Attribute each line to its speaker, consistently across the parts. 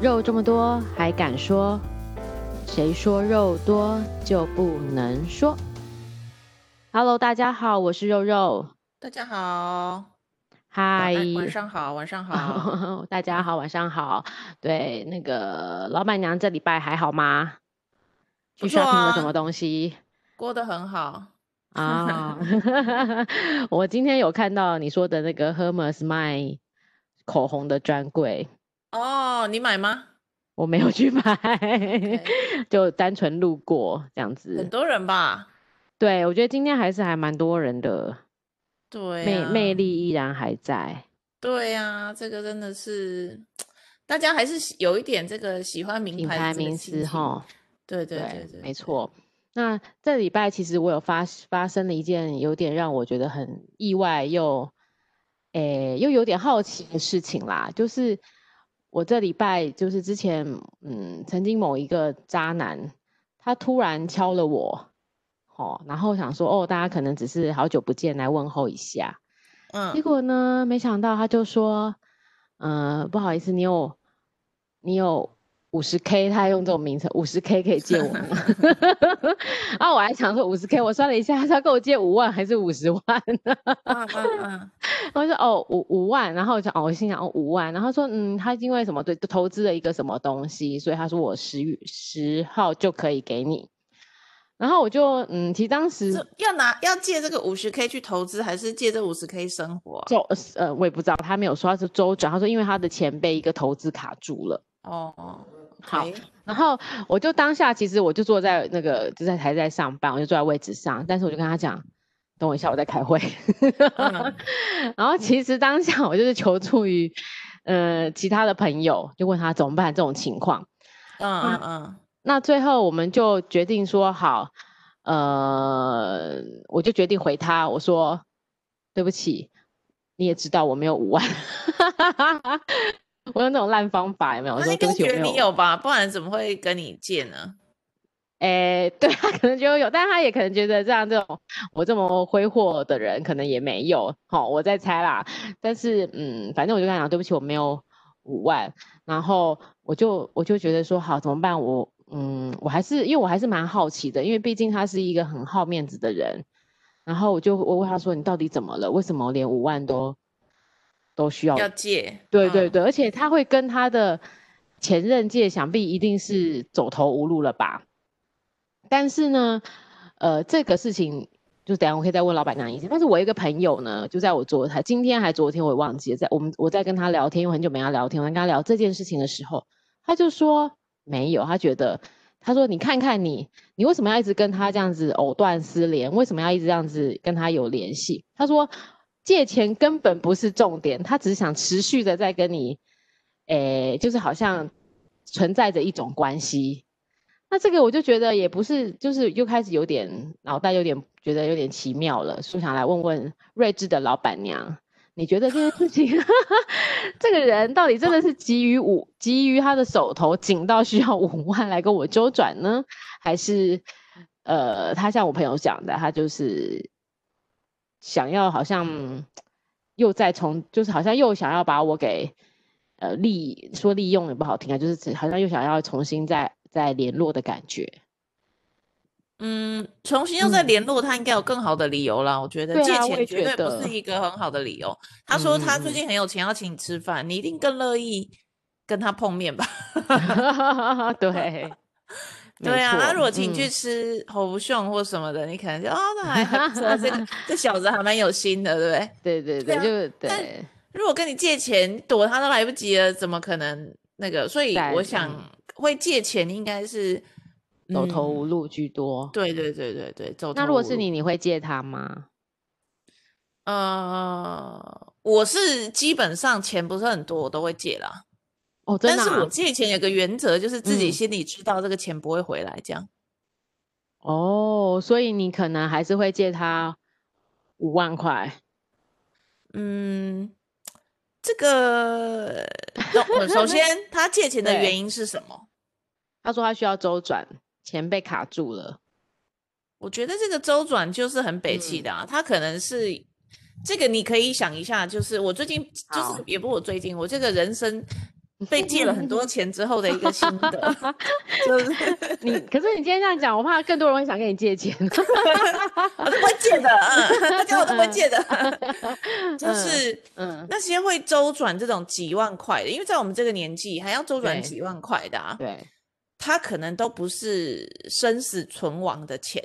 Speaker 1: 肉这么多，还敢说？谁说肉多就不能说？Hello，大家好，我是肉肉。
Speaker 2: 大家好，
Speaker 1: 嗨，
Speaker 2: 晚安晚上好，晚上好，
Speaker 1: 大家好，晚上好。对，那个老板娘这礼拜还好吗？去
Speaker 2: 不错
Speaker 1: shopping 了什
Speaker 2: 啊
Speaker 1: 么东西？
Speaker 2: 过得很好。
Speaker 1: 啊， 我今天有看到你说的那个 Hermes 卖口红的专柜，
Speaker 2: 哦，你 买吗？
Speaker 1: 我没有去买
Speaker 2: OK，
Speaker 1: 就单纯路过这样
Speaker 2: 很
Speaker 1: 子。
Speaker 2: 多人吧？
Speaker 1: 对，我觉得今天还是还蛮多人的，
Speaker 2: 对啊
Speaker 1: 魅
Speaker 2: 呀，
Speaker 1: 魅力依然还在。
Speaker 2: 对呀，这个真的是，大家还是喜有一点这个喜欢名
Speaker 1: 品
Speaker 2: 牌的
Speaker 1: 牌
Speaker 2: 这个
Speaker 1: 名
Speaker 2: 心
Speaker 1: 词
Speaker 2: 情。
Speaker 1: 哈，
Speaker 2: 对对对
Speaker 1: 对，
Speaker 2: 对
Speaker 1: 没
Speaker 2: 对，
Speaker 1: 错。那这礼拜其实我有发发生了一件有点让我觉得很意外又，诶又有点好奇的事情啦，就是我这礼拜就是之前嗯曾经某一个渣男，他突然敲了我，哦，然后想说哦大家可能只是好久不见来问候一下，结
Speaker 2: 嗯，
Speaker 1: 果呢，没想到他就说，呃，不好意思，你有你有五十 K，他用这种名称，五十 K 可以借我吗？ 啊，我还想说五十 K，我算了一下，他是要跟我借五万还是五十万？
Speaker 2: 嗯嗯嗯，
Speaker 1: 我就说哦五五万，然后我就哦我心想哦五万，然后说嗯他因为什么对投资了一个什么东西，所以他说我十月十号就可以给你，然后我就嗯其实当时
Speaker 2: 这要拿要借这个五十 K 去投资，还是借这五十 K 生活啊？
Speaker 1: 周呃我也不知道他没有说他是周转，他说因为他的钱被一个投资卡住了。
Speaker 2: 哦
Speaker 1: 好
Speaker 2: ，OK，
Speaker 1: 然后我就当下其实我就坐在那个就在还在上班，我就坐在位置上，但是我就跟他讲，等我一下，我在开会。
Speaker 2: 嗯，
Speaker 1: 然后其实当下我就是求助于呃其他的朋友，就问他怎么办这种情况。
Speaker 2: 嗯嗯嗯，
Speaker 1: 那最后我们就决定说好，呃，我就决定回他，我说对不起，你也知道我没有五万， 我用那种烂方法有没有？我
Speaker 2: 他
Speaker 1: 说
Speaker 2: 应
Speaker 1: 对
Speaker 2: 该
Speaker 1: 不起，我
Speaker 2: 觉
Speaker 1: 没
Speaker 2: 得
Speaker 1: 有
Speaker 2: 你有吧？不然怎么会跟你借呢？
Speaker 1: 诶，对他可能觉得有，但他也可能觉得这样这种我这么挥霍的人，可能也没有。好，我在猜啦。但是嗯，反正我就跟他讲，对不起，我没有五万。然后我就我就觉得说，好，怎么办？我嗯，我还是因为我还是蛮好奇的，因为毕竟他是一个很好面子的人。然后我就我问他说，你到底怎么了？为什么连五万都都需要
Speaker 2: 要借，
Speaker 1: 对对
Speaker 2: 嗯
Speaker 1: 对，而且他会跟他的前任借，想必一定是走投无路了吧？但是呢，呃，这个事情就等一下我可以再问老板娘意见。但是我有一个朋友呢，就在我昨天、今天还昨天，我也忘记了，在我们我在跟他聊天，因为很久没跟他聊天，我在跟他聊这件事情的时候，他就说没有，他觉得。他说：“你看看你，你为什么要一直跟他这样子藕断丝连？为什么要一直这样子跟他有联系？”他说：“借钱根本不是重点，他只是想持续的在跟你，诶，就是好像存在着一种关系。”那这个我就觉得也不是，就是又开始有点脑袋有点觉得有点奇妙了，所以想来问问睿智的老板娘，你觉得这件事情， 这个人到底真的是急于五急于他的手头紧到需要五万来跟我周转呢，还是呃，他像我朋友讲的，他就是想要好像又再从，就是好像又想要把我给呃利说利用也不好听啊，就是只好像又想要重新再再联络的感 觉。
Speaker 2: 嗯，重新又再
Speaker 1: 嗯
Speaker 2: 联络他，应该有更好的理由啦。我觉得
Speaker 1: 对
Speaker 2: 借
Speaker 1: 啊，我
Speaker 2: 钱
Speaker 1: 也
Speaker 2: 绝
Speaker 1: 觉
Speaker 2: 对不
Speaker 1: 得
Speaker 2: 是，一个很好的理由。他说他最
Speaker 1: 嗯嗯
Speaker 2: 近很有钱，要请你吃饭，你一定更乐意跟他碰 面吧？
Speaker 1: 嗯，对，没
Speaker 2: 对啊，他
Speaker 1: 错，
Speaker 2: 如果请你去
Speaker 1: 嗯，
Speaker 2: 吃侯不逊或什么的，你可能就哦，那还还不错，这 个这小子还蛮有心的，对不
Speaker 1: 对
Speaker 2: 对？
Speaker 1: 对
Speaker 2: 对
Speaker 1: 对，
Speaker 2: 啊，
Speaker 1: 就
Speaker 2: 但
Speaker 1: 对，
Speaker 2: 如果跟你借钱，躲他都来不及了，怎么可能那个？所以
Speaker 1: 在
Speaker 2: 我想
Speaker 1: 嗯
Speaker 2: 会借钱应该是，
Speaker 1: 走投
Speaker 2: 嗯，
Speaker 1: 无路居多。
Speaker 2: 对对对对对，走
Speaker 1: 那
Speaker 2: 投
Speaker 1: 如果
Speaker 2: 无
Speaker 1: 是
Speaker 2: 路。
Speaker 1: 你，你会借他吗？
Speaker 2: 呃，我是基本上钱不是很多，我都会借啦。
Speaker 1: 哦，真
Speaker 2: 但
Speaker 1: 的
Speaker 2: 是我
Speaker 1: 啊，
Speaker 2: 借钱有个原则，就是自己
Speaker 1: 嗯。
Speaker 2: 心里知道这个钱不会回来，这样。
Speaker 1: 哦，所以你可能还是会借他五万块。
Speaker 2: 嗯，这个，那我首先他借钱的原
Speaker 1: 对，
Speaker 2: 因是什么？
Speaker 1: 他说他需要周转，钱被卡住 了。
Speaker 2: 我觉得这个周转就是很北气
Speaker 1: 嗯，
Speaker 2: 的啊，他可能是这个，你可以想一下，就是我最近，就是
Speaker 1: 好，
Speaker 2: 也不是我最近，我这个人生。被借了很 多钱之后的一个心得，就是
Speaker 1: 你可是你今天这样讲，我怕更多人会想跟你借钱。
Speaker 2: 我都不会借的，嗯，大家我都不会借的，就是
Speaker 1: 嗯，
Speaker 2: 那些会周转这种几万块的，因为在我们这个年纪还要周转
Speaker 1: 对
Speaker 2: 几万块的啊，
Speaker 1: 对，
Speaker 2: 他可能都不是生死存亡的钱，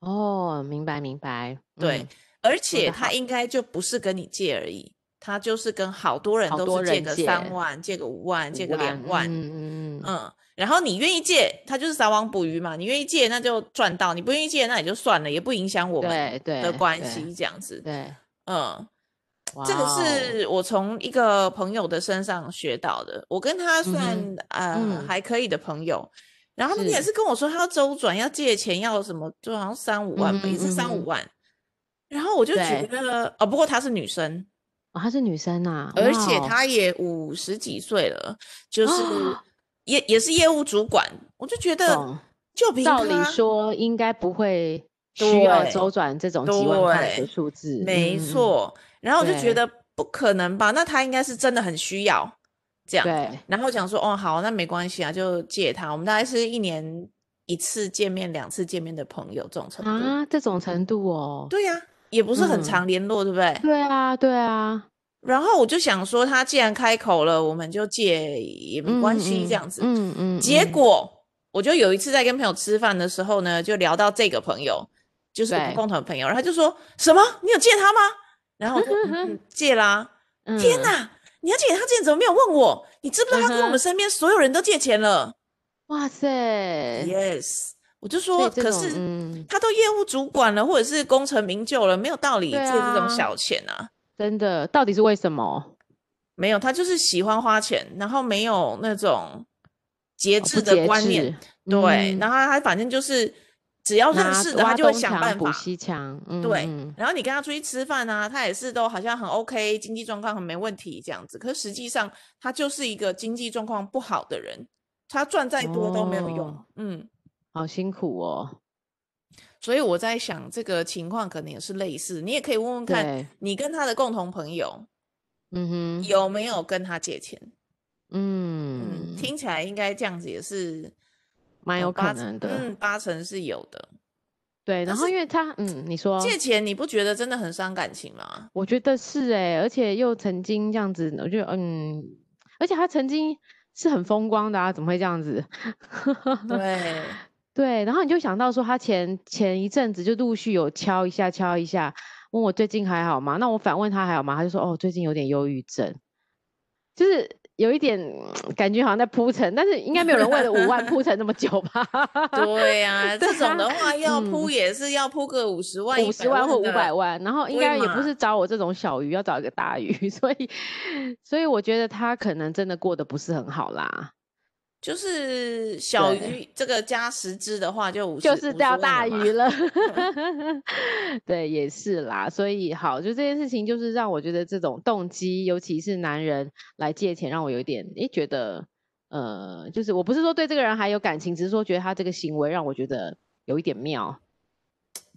Speaker 1: 哦，明白明白，
Speaker 2: 对，
Speaker 1: 嗯
Speaker 2: 而
Speaker 1: 说
Speaker 2: 且
Speaker 1: 得
Speaker 2: 他
Speaker 1: 好
Speaker 2: 应该就不是跟你借而已，他就是跟好多人
Speaker 1: 好
Speaker 2: 都
Speaker 1: 多
Speaker 2: 是借
Speaker 1: 人
Speaker 2: 个
Speaker 1: 借
Speaker 2: 三万，借个五万，借
Speaker 1: 五
Speaker 2: 个两万，
Speaker 1: 嗯嗯嗯，
Speaker 2: 嗯，然后你愿意借，他就是撒网捕鱼嘛。你愿意借，那就赚到；你不愿意借，那也就算了，也不影响我们
Speaker 1: 对对
Speaker 2: 的关
Speaker 1: 对
Speaker 2: 系。这样子，
Speaker 1: 对，
Speaker 2: 嗯，这
Speaker 1: 哇
Speaker 2: 个
Speaker 1: 哦
Speaker 2: 是我从一个朋友的身上学到的。我跟他
Speaker 1: 哼
Speaker 2: 算、呃、
Speaker 1: 嗯
Speaker 2: 还可以的朋友，然后他们也
Speaker 1: 是
Speaker 2: 是跟我说他要周转，要借钱，要什么，就好像三五万吧，
Speaker 1: 嗯
Speaker 2: 也是
Speaker 1: 哼
Speaker 2: 三
Speaker 1: 嗯
Speaker 2: 五
Speaker 1: 哼
Speaker 2: 万。然后我就觉
Speaker 1: 对
Speaker 2: 得，哦，不过她是女生，
Speaker 1: 哦，她是女生呐，
Speaker 2: 而
Speaker 1: 哇
Speaker 2: 且
Speaker 1: 哦
Speaker 2: 他也五十几岁了，就是
Speaker 1: 啊
Speaker 2: 也也是业务主管，我就觉得
Speaker 1: 懂
Speaker 2: 就凭
Speaker 1: 照理
Speaker 2: 他，
Speaker 1: 说应该不会需要
Speaker 2: 对
Speaker 1: 周转这种几万块
Speaker 2: 对
Speaker 1: 的数字，
Speaker 2: 没
Speaker 1: 嗯，
Speaker 2: 错。然后我就觉
Speaker 1: 对
Speaker 2: 得不可能吧，那他应该是真的很需要这样。
Speaker 1: 对，
Speaker 2: 然后讲说，哦，好，那没关系啊，就借他。我们大概是一年一次见面、两次见面的朋友这种程度。
Speaker 1: 啊，这种程度哦，
Speaker 2: 对呀、也不是很
Speaker 1: 嗯
Speaker 2: 常联络，对不对？
Speaker 1: 对啊，对啊，
Speaker 2: 然后我就想说，他既然开口了，我们就借也没关系，
Speaker 1: 嗯
Speaker 2: 这样子。
Speaker 1: 嗯嗯，
Speaker 2: 结
Speaker 1: 嗯
Speaker 2: 果我就有一次在跟朋友吃饭的时候呢，就聊到这个朋友，就是我们
Speaker 1: 对
Speaker 2: 共同的朋友，然后他就说什么你有借他吗？然后我说、嗯嗯借啦，
Speaker 1: 嗯
Speaker 2: 天哪！你要借给他之前怎么没有问我？你知不知道他跟我
Speaker 1: 嗯
Speaker 2: 们
Speaker 1: 哼
Speaker 2: 身边所有人都借钱了、
Speaker 1: 哇塞，
Speaker 2: y e s 我就
Speaker 1: 所
Speaker 2: 说，
Speaker 1: 以这
Speaker 2: 可
Speaker 1: 种
Speaker 2: 是
Speaker 1: 嗯，
Speaker 2: 他都业务主管了，或者是功成名就了，没有道理借
Speaker 1: 对
Speaker 2: 这种
Speaker 1: 啊
Speaker 2: 小钱啊。
Speaker 1: 真的到底是为什么？
Speaker 2: 没有，他就是喜欢花钱，然后没有那种节
Speaker 1: 哦不
Speaker 2: 制的
Speaker 1: 节
Speaker 2: 观念。
Speaker 1: 制，
Speaker 2: 对，
Speaker 1: 嗯
Speaker 2: 然后他反正就是只要认
Speaker 1: 拿
Speaker 2: 识的，他
Speaker 1: 挖
Speaker 2: 就会
Speaker 1: 东
Speaker 2: 想
Speaker 1: 墙
Speaker 2: 办
Speaker 1: 补
Speaker 2: 法。
Speaker 1: 西墙，嗯
Speaker 2: 对
Speaker 1: 嗯，
Speaker 2: 然后你跟他出去吃饭啊，他也是都好像很 OK，经济状况很没问题这样子。可是实际上他就是一个经济状况不好的人，他赚再多都没有用。
Speaker 1: 哦
Speaker 2: 嗯，
Speaker 1: 好辛苦哦，
Speaker 2: 所以我在想这个情况可能也是类似，你也可以问问看，
Speaker 1: 对，
Speaker 2: 你跟他的共同朋友
Speaker 1: 嗯哼，
Speaker 2: 有没有跟他借钱？嗯，
Speaker 1: 嗯，
Speaker 2: 听起来应该这样子也是
Speaker 1: 蛮有可
Speaker 2: 八
Speaker 1: 能的，
Speaker 2: 嗯，八成是有的。
Speaker 1: 对，
Speaker 2: 但
Speaker 1: 然后
Speaker 2: 是
Speaker 1: 因为他，嗯，你说，
Speaker 2: 借钱你不觉得真的很伤感情吗？
Speaker 1: 我觉得是哎，而且又曾经这样子，我觉得嗯，而且他曾经是很风光的啊，怎么会这样子？
Speaker 2: 对，啊
Speaker 1: 对，然后你就想到说，他前前一阵子就陆续有敲一下敲一下，问我最近还好吗？那我反问他还好吗？他就说哦，最近有点忧郁症，就是有一点嗯感觉好像在铺陈，但是应该没有人为了五万铺陈那么久吧？
Speaker 2: 对呀，这种的
Speaker 1: 啊
Speaker 2: 话要
Speaker 1: 嗯
Speaker 2: 铺也是要铺个五十万、
Speaker 1: 五十万或五百
Speaker 2: 万
Speaker 1: 万，然后应
Speaker 2: 对
Speaker 1: 该也
Speaker 2: 嘛
Speaker 1: 不是找我这种小鱼，要找一个大鱼， 所以，所以我觉得他可能真的过得不是很好啦，
Speaker 2: 的，就是小
Speaker 1: 对
Speaker 2: 鱼这个加十只的话就五十，
Speaker 1: 就是
Speaker 2: 50
Speaker 1: 钓
Speaker 2: 万
Speaker 1: 大
Speaker 2: 了嘛
Speaker 1: 鱼。 了，对，也是啦，所以好，就这件事情，就是让我觉得这种动机，尤其是男人来借钱，让我有一点诶觉得，呃，就是我不是说对这个人还有感情，只是说觉得他这个行为让我觉得有一点妙，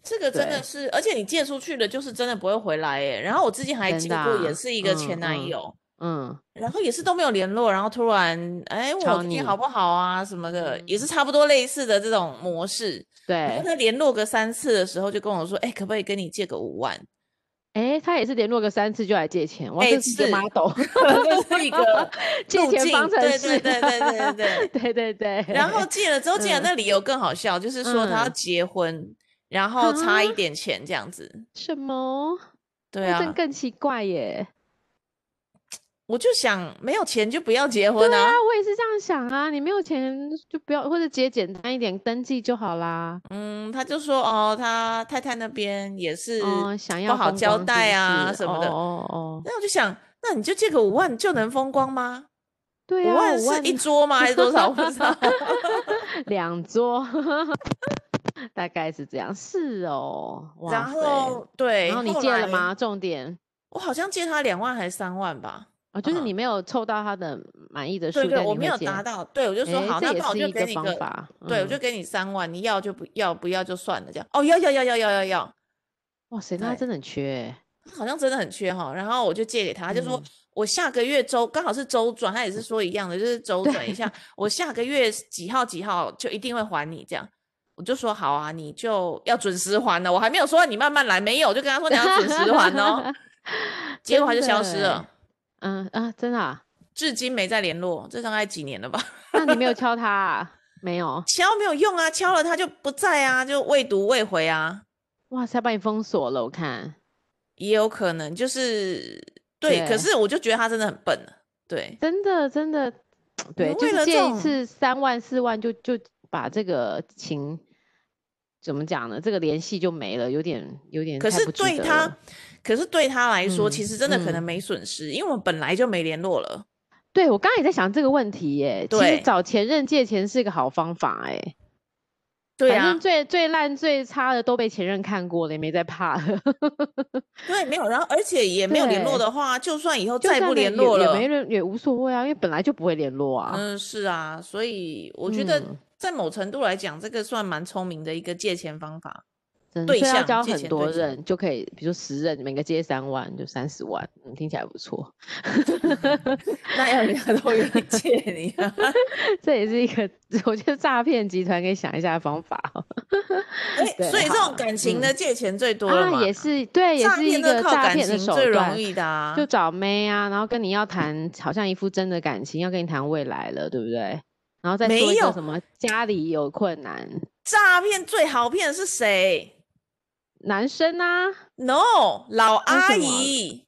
Speaker 2: 这个真的
Speaker 1: 对
Speaker 2: 是，而且你借出去的，就是真的不会回来耶。然后我之前还
Speaker 1: 真
Speaker 2: 借
Speaker 1: 的
Speaker 2: 过，也
Speaker 1: 啊
Speaker 2: 是一个
Speaker 1: 嗯
Speaker 2: 前男
Speaker 1: 嗯
Speaker 2: 友，
Speaker 1: 嗯，
Speaker 2: 然后也是都没有联络，然后突然哎，我
Speaker 1: 敲
Speaker 2: 最近
Speaker 1: 你
Speaker 2: 好不好啊什么的，也是差不多类似的这种模式。然
Speaker 1: 嗯
Speaker 2: 后
Speaker 1: 对，
Speaker 2: 他联络个三次的时候，就跟我说，哎，可不可以跟你借个五万？
Speaker 1: 哎，他也是联络个三次就来借钱，哇，
Speaker 2: 哎
Speaker 1: 这是一个
Speaker 2: 是
Speaker 1: model，
Speaker 2: 这是一个
Speaker 1: 借
Speaker 2: 路
Speaker 1: 钱
Speaker 2: 径
Speaker 1: 方程
Speaker 2: 对对
Speaker 1: 式
Speaker 2: 对对对对
Speaker 1: 对对对，
Speaker 2: 然后借了之后，借了
Speaker 1: 嗯
Speaker 2: 那理由更好笑，就是说他要
Speaker 1: 嗯
Speaker 2: 结婚，然后差一
Speaker 1: 啊
Speaker 2: 点钱这样子。
Speaker 1: 什么？
Speaker 2: 对
Speaker 1: 那这
Speaker 2: 啊，
Speaker 1: 更奇怪耶！
Speaker 2: 我就想没有钱就不要结
Speaker 1: 对
Speaker 2: 婚
Speaker 1: 啊
Speaker 2: 啊。，
Speaker 1: 我也是这样想啊。你没有钱就不要，或者结简单一点，登记就好啦。
Speaker 2: 嗯，他就说哦，他太太那边也是
Speaker 1: 嗯，想
Speaker 2: 不
Speaker 1: 要
Speaker 2: 好
Speaker 1: 风
Speaker 2: 交
Speaker 1: 光是不
Speaker 2: 代啊
Speaker 1: 是
Speaker 2: 什么的。
Speaker 1: 哦哦哦，
Speaker 2: 那我就想，那你就借个五万就能风光吗？
Speaker 1: 对
Speaker 2: 五
Speaker 1: 啊，
Speaker 2: 万
Speaker 1: 五
Speaker 2: 是
Speaker 1: 万
Speaker 2: 一桌吗？还是多少？我不知道。
Speaker 1: 两桌， 大概是这样。是哦，哇
Speaker 2: 然
Speaker 1: 塞
Speaker 2: 后对，
Speaker 1: 然后你借了？吗？重点
Speaker 2: 我好像借他两万还是三万吧。
Speaker 1: 哦，就是
Speaker 2: 嗯
Speaker 1: 你没有凑到他的满意的数，
Speaker 2: 对对，
Speaker 1: 但
Speaker 2: 我
Speaker 1: 你
Speaker 2: 没
Speaker 1: 会
Speaker 2: 有
Speaker 1: 借
Speaker 2: 达到，对我就说
Speaker 1: 诶
Speaker 2: 好，
Speaker 1: 这
Speaker 2: 那
Speaker 1: 也
Speaker 2: 不然我
Speaker 1: 是
Speaker 2: 就
Speaker 1: 一
Speaker 2: 给
Speaker 1: 个
Speaker 2: 你
Speaker 1: 方
Speaker 2: 个，
Speaker 1: 法。
Speaker 2: 对我就
Speaker 1: 嗯
Speaker 2: 给你三万，你要就不要，不要就算了，这样。哦，要要要要要要要，
Speaker 1: 哇塞，那他
Speaker 2: 对
Speaker 1: 真的很缺欸。
Speaker 2: 好像真的很缺哈。然后我就借给他，他就
Speaker 1: 嗯
Speaker 2: 说、我下个月周刚好是周转，他也是说一样的，就是周转一下，我下个月几号几号就一定会还你这样。我就说好啊，你就要准时还呢。我还没有说你慢慢来，没有，我就跟他说你要准时还 哦。结果他就消失
Speaker 1: 真的
Speaker 2: 了，
Speaker 1: 嗯啊，真的、啊？
Speaker 2: 至今没再联络，这大概几年了吧？
Speaker 1: 那你没有敲他、啊？没有？
Speaker 2: 敲没有用啊，敲了他就不在啊，就未读未回啊，
Speaker 1: 哇塞，把你封锁了，我看。
Speaker 2: 也有可能就是对。可
Speaker 1: 对
Speaker 2: 是我就觉得他真的很笨了，对。
Speaker 1: 真的，真的，对，就
Speaker 2: 为
Speaker 1: 是
Speaker 2: 了这
Speaker 1: 借一
Speaker 2: 种
Speaker 1: 次三万四万就就把这个情怎么讲呢？这个联系就没了，有点有点
Speaker 2: 可
Speaker 1: 太
Speaker 2: 是
Speaker 1: 不值
Speaker 2: 对
Speaker 1: 得
Speaker 2: 他
Speaker 1: 了，
Speaker 2: 可是对他来说，
Speaker 1: 嗯
Speaker 2: 其实真的可能
Speaker 1: 嗯
Speaker 2: 没损失，因为我们本来就没联络了。
Speaker 1: 对我刚刚也在想这个问题耶。其
Speaker 2: 对
Speaker 1: 实找前任借钱是一个好方法哎，
Speaker 2: 对
Speaker 1: 反
Speaker 2: 啊
Speaker 1: 正，最最烂最差的都被前任看过了，也没在怕了。
Speaker 2: 对，没有，然后而且也没有联络
Speaker 1: 对
Speaker 2: 的话，就算以后
Speaker 1: 就
Speaker 2: 再也
Speaker 1: 算
Speaker 2: 不
Speaker 1: 没
Speaker 2: 联络
Speaker 1: 也
Speaker 2: 了
Speaker 1: 也，没人也无所谓啊，因为本来就不会联络啊。
Speaker 2: 嗯，是啊，所以我觉得
Speaker 1: 嗯
Speaker 2: 在某程度来讲，这个算蛮聪明的一个借钱方法。
Speaker 1: 真的，
Speaker 2: 对
Speaker 1: 所以要
Speaker 2: 象
Speaker 1: 交
Speaker 2: 借
Speaker 1: 很
Speaker 2: 钱
Speaker 1: 多
Speaker 2: 对象
Speaker 1: 人就可以，比如说十人，每个借三万，就三十万，嗯，听起来不错。
Speaker 2: 那要人家都愿意借你、 啊，
Speaker 1: 这也是一个， 我觉得诈骗集团可以想一下方法哦。
Speaker 2: 所以
Speaker 1: 对
Speaker 2: 哎所以这
Speaker 1: 好嗯
Speaker 2: 种感情的借钱最多了嘛，
Speaker 1: 啊，也是对，也
Speaker 2: 诈
Speaker 1: 是一
Speaker 2: 骗都
Speaker 1: 个
Speaker 2: 靠
Speaker 1: 诈
Speaker 2: 感
Speaker 1: 骗的
Speaker 2: 情
Speaker 1: 手
Speaker 2: 最
Speaker 1: 段
Speaker 2: 容，易的啊。
Speaker 1: 就找妹啊，然后跟你要谈，好像一副真的感情，要跟你谈未来了，对不对？然后再
Speaker 2: 没
Speaker 1: 说一
Speaker 2: 有
Speaker 1: 个什么家里有困难，
Speaker 2: 诈骗最好骗的是谁
Speaker 1: 男生啊，
Speaker 2: ？No，老阿
Speaker 1: 什么
Speaker 2: 姨。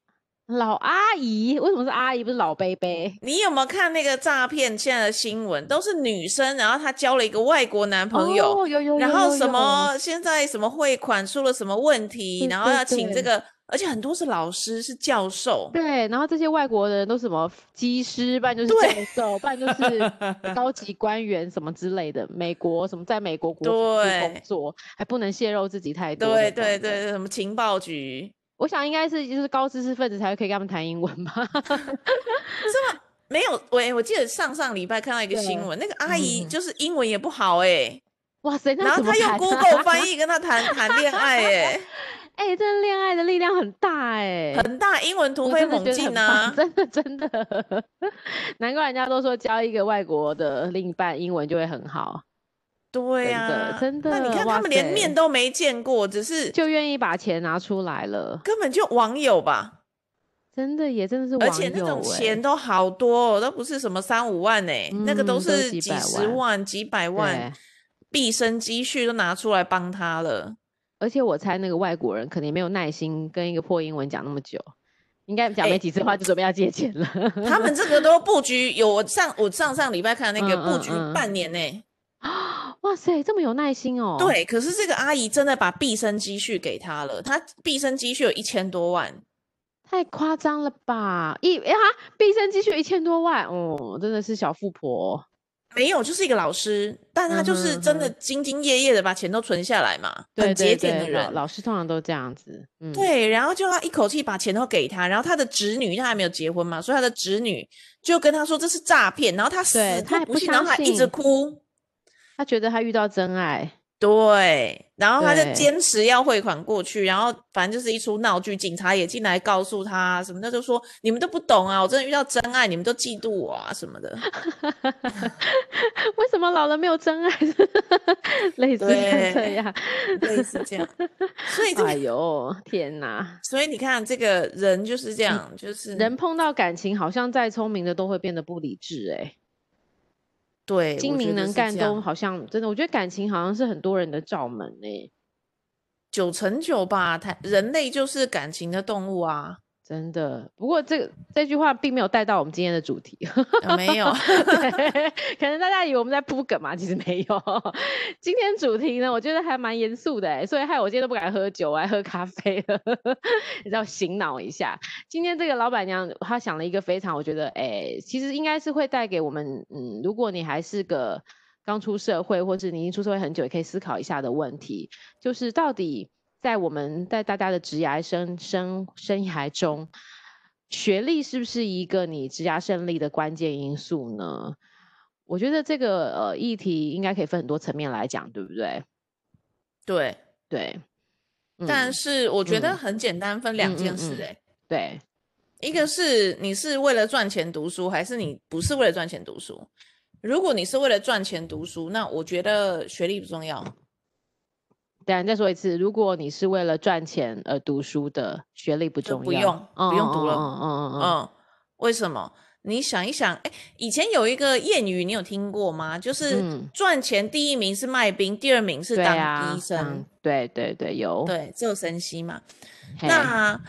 Speaker 1: 老阿姨，为什么是阿姨不是老贝贝？
Speaker 2: 你有没有看那个诈骗现在的新闻？都是女生，然后她交了一个外国男朋友，
Speaker 1: 哦、有有有
Speaker 2: 然后
Speaker 1: 有
Speaker 2: 什
Speaker 1: 有
Speaker 2: 么现在什么汇款出了什么问题，
Speaker 1: 对
Speaker 2: 然后
Speaker 1: 对
Speaker 2: 要请这
Speaker 1: 对
Speaker 2: 个，而且很多是老师是 教授，
Speaker 1: 对，然后这些外国人都什么机师，不然就是教
Speaker 2: 对
Speaker 1: 授，不然就是 高级官员什么之类的。美国什么在美国国府去
Speaker 2: 对
Speaker 1: 工作，还不能泄露自己太多。
Speaker 2: 对对对，对，什么情报局，
Speaker 1: 我想应该是就是高知识分子才会可以跟他们谈英文吧。
Speaker 2: 没有，我我记得上上礼拜看到一个新
Speaker 1: 对
Speaker 2: 闻，那个阿姨
Speaker 1: 嗯
Speaker 2: 就是英文也不好哎、
Speaker 1: 哇塞，那
Speaker 2: 然后
Speaker 1: 怎么
Speaker 2: 她用
Speaker 1: 谈啊
Speaker 2: Google 翻译跟她谈谈恋爱哎、
Speaker 1: 哎、这恋爱的力量很大哎、
Speaker 2: 很大英文突
Speaker 1: 我
Speaker 2: 飞
Speaker 1: 真的
Speaker 2: 猛
Speaker 1: 觉得
Speaker 2: 进
Speaker 1: 很
Speaker 2: 啊
Speaker 1: 棒，，真的真的， 难怪人家都说交一个外国的另一半，英文就会很好，
Speaker 2: 对
Speaker 1: 真
Speaker 2: 呀、
Speaker 1: 的真
Speaker 2: 那你
Speaker 1: 的
Speaker 2: 看
Speaker 1: 哇
Speaker 2: 他们连
Speaker 1: 塞
Speaker 2: 面都没见过，只是
Speaker 1: 就愿意把钱拿出来了。
Speaker 2: 根本就网友吧，
Speaker 1: 真的也真的是网
Speaker 2: 而
Speaker 1: 友、欸，
Speaker 2: 且那种钱都好多、哦，都不是什么三五万呢、欸那个
Speaker 1: 嗯
Speaker 2: 都
Speaker 1: 都
Speaker 2: 是
Speaker 1: 几
Speaker 2: 几
Speaker 1: 百
Speaker 2: 十
Speaker 1: 万
Speaker 2: 万、几百万
Speaker 1: 对，，
Speaker 2: 毕生积蓄都拿出来帮他 了。
Speaker 1: 而且我猜那个外国人可能也没有耐心跟一个破英文讲那么久，应该讲
Speaker 2: 哎
Speaker 1: 没几次话就准备要借钱了。
Speaker 2: 他们这个都布局有，我上我上上礼拜看那个
Speaker 1: 嗯
Speaker 2: 布
Speaker 1: 嗯
Speaker 2: 局
Speaker 1: 嗯
Speaker 2: 半年呢、欸
Speaker 1: 哇塞，这么有耐心哦！，
Speaker 2: 对，可是这个阿姨真的把毕生积蓄给他了，她毕生积蓄有一千多万，
Speaker 1: 太夸张了吧！一哎哈，毕生积蓄一千多万，哦，真的是小富婆、
Speaker 2: 没有，就是一个老师，但他就是真的
Speaker 1: 嗯
Speaker 2: 兢兢业业的把钱都存下来嘛，
Speaker 1: 对
Speaker 2: 很节
Speaker 1: 对
Speaker 2: 俭的
Speaker 1: 对，
Speaker 2: 人
Speaker 1: 老。老师通常都这样子。嗯，，
Speaker 2: 对，然后就要一口气把钱都给他，然后他的侄女，他还没有结婚嘛，所以他的侄女就跟他说这是诈骗，然后他死
Speaker 1: 对
Speaker 2: 都
Speaker 1: 他也
Speaker 2: 不
Speaker 1: 不
Speaker 2: 信，然后
Speaker 1: 相
Speaker 2: 他一直
Speaker 1: 信
Speaker 2: 哭，
Speaker 1: 他觉得他遇到真爱，
Speaker 2: 对，然后他就
Speaker 1: 对
Speaker 2: 坚持要汇款过去，然后反正就是一出闹剧，警察也进来告诉他什么，他就说你们都不懂啊，我真的遇到真爱，你们都嫉妒我啊什么的，
Speaker 1: 为什么老了没有真爱？ 类似像这
Speaker 2: 对
Speaker 1: 样，
Speaker 2: 类似这样，所以这
Speaker 1: 哎
Speaker 2: 个，
Speaker 1: 呦天哪！
Speaker 2: 所以你看这个人就是这样，就是
Speaker 1: 嗯人碰到感情，好像再聪明的都会变得不理智、欸，
Speaker 2: 对
Speaker 1: 哎，精
Speaker 2: 我觉
Speaker 1: 明
Speaker 2: 得
Speaker 1: 能
Speaker 2: 是
Speaker 1: 干
Speaker 2: 这
Speaker 1: 都
Speaker 2: 样
Speaker 1: 好像真的，我觉得感情好像是很多人的罩门、欸，
Speaker 2: 九成九吧，他人类就是感情的动物啊。
Speaker 1: 真的。不过这个这句话并没有带到我们今天的主题，
Speaker 2: 啊没有，
Speaker 1: 对可能大家以为我们在铺梗嘛，其实没有。今天主题呢，我觉得还蛮严肃的、欸，所以害我今天都不敢喝酒，我还喝咖啡了， 你知道醒脑一下。今天这个老板娘她想了一个非常，我觉得，哎、其实应该是会带给我们，嗯，如果你还是个刚出社会，或是你已经出社会很久，也可以思考一下的问题，就是到底在我们在大家的职涯生生生涯中，学历是不是一个你职涯胜利的关键因素呢？我觉得这个呃议题应该可以分很多层面来讲，对不对？
Speaker 2: 对，
Speaker 1: 对，
Speaker 2: 但
Speaker 1: 嗯
Speaker 2: 是我觉得
Speaker 1: 嗯
Speaker 2: 很简单，分两
Speaker 1: 嗯
Speaker 2: 件
Speaker 1: 嗯
Speaker 2: 事、
Speaker 1: 嗯
Speaker 2: 欸，
Speaker 1: 对，
Speaker 2: 一个是你是为了赚钱读书，还是你不是为了赚钱读书？如果你是为了赚钱读书，那我觉得学历不重要。
Speaker 1: 当然再说一次，如果你是为了赚钱而读书的，学历不
Speaker 2: 就
Speaker 1: 重要，
Speaker 2: 不用不用读了
Speaker 1: 嗯嗯嗯嗯嗯
Speaker 2: 嗯，为什么？你想一想，哎，以前有一个谚语，你有听过吗？就是
Speaker 1: 嗯
Speaker 2: 赚钱第一名是卖兵，第二名是
Speaker 1: 对
Speaker 2: 当
Speaker 1: 啊，
Speaker 2: 医生
Speaker 1: 当，对对对，有，
Speaker 2: 对，只有神西嘛。
Speaker 1: 嘿
Speaker 2: 那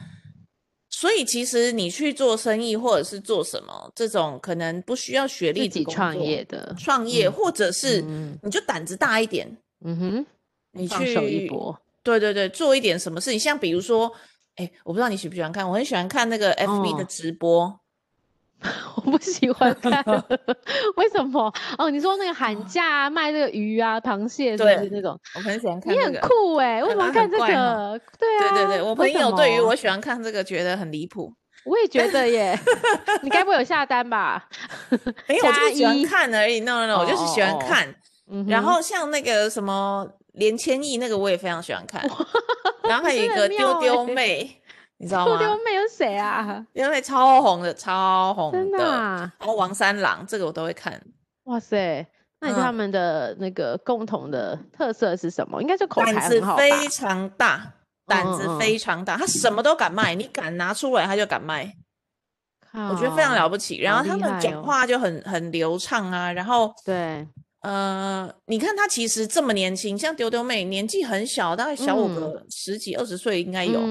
Speaker 2: 所以其实你去做生意或者是做什么这种可能不需要学历
Speaker 1: 自己
Speaker 2: 的工
Speaker 1: 创
Speaker 2: 作
Speaker 1: 业的，
Speaker 2: 创业，
Speaker 1: 嗯
Speaker 2: 或者是
Speaker 1: 嗯
Speaker 2: 你就胆子大一点，
Speaker 1: 嗯哼，
Speaker 2: 你
Speaker 1: 放
Speaker 2: 去
Speaker 1: 手一搏，
Speaker 2: 对对对，做一点什么事情，像比如说，哎，我不知道你喜不喜欢看，我很喜欢看那个 FB 的
Speaker 1: 哦
Speaker 2: 直播，
Speaker 1: 我不喜欢看， 为什么？哦，你说那个喊价啊，卖那个鱼啊、螃蟹是不
Speaker 2: 对
Speaker 1: 是那种？
Speaker 2: 我很喜欢看
Speaker 1: 你
Speaker 2: 那
Speaker 1: 很
Speaker 2: 个。
Speaker 1: 酷哎、为
Speaker 2: 对
Speaker 1: 什么
Speaker 2: 吧
Speaker 1: 要看
Speaker 2: 很
Speaker 1: 这
Speaker 2: 怪哈
Speaker 1: 个？对
Speaker 2: 对
Speaker 1: 啊，
Speaker 2: 对对，我朋
Speaker 1: 为什
Speaker 2: 友对于
Speaker 1: 么
Speaker 2: 我，喜欢看这个觉得很离谱，
Speaker 1: 我也觉得 耶。你该不会有下单吧？
Speaker 2: 没有，我就
Speaker 1: 加
Speaker 2: 是喜欢
Speaker 1: 一
Speaker 2: 看而已。No No no，我就是喜欢
Speaker 1: 哦哦哦
Speaker 2: 看。
Speaker 1: 嗯
Speaker 2: 然
Speaker 1: 哼
Speaker 2: 后像那个什么连千亿那个，我也非常喜欢看。然后还有一
Speaker 1: 真的
Speaker 2: 个
Speaker 1: 很妙
Speaker 2: 丢丢
Speaker 1: 欸
Speaker 2: 妹，你知道
Speaker 1: 臭
Speaker 2: 吗？
Speaker 1: 丢妹有谁啊？
Speaker 2: 丢丢妹超红的，超红
Speaker 1: 真的、
Speaker 2: 的。
Speaker 1: 啊？
Speaker 2: 然后王三郎这个我都会看，
Speaker 1: 哇塞！那你对他
Speaker 2: 嗯
Speaker 1: 们的那个共同的特色是什么？应该就口才
Speaker 2: 胆子
Speaker 1: 很好吧？
Speaker 2: 非常大，胆
Speaker 1: 嗯
Speaker 2: 子
Speaker 1: 嗯
Speaker 2: 非常大，他什么都敢卖，你敢拿出来他就敢卖，我觉得非常
Speaker 1: 靠
Speaker 2: 了不起。然
Speaker 1: 哦好
Speaker 2: 后他
Speaker 1: 厉
Speaker 2: 们
Speaker 1: 害
Speaker 2: 讲
Speaker 1: 哦
Speaker 2: 话就很很流畅啊，然后
Speaker 1: 对，
Speaker 2: 呃，你看他其实这么年轻，像丢丢妹年纪很小，大概小我个十几二十岁应该有，
Speaker 1: 嗯嗯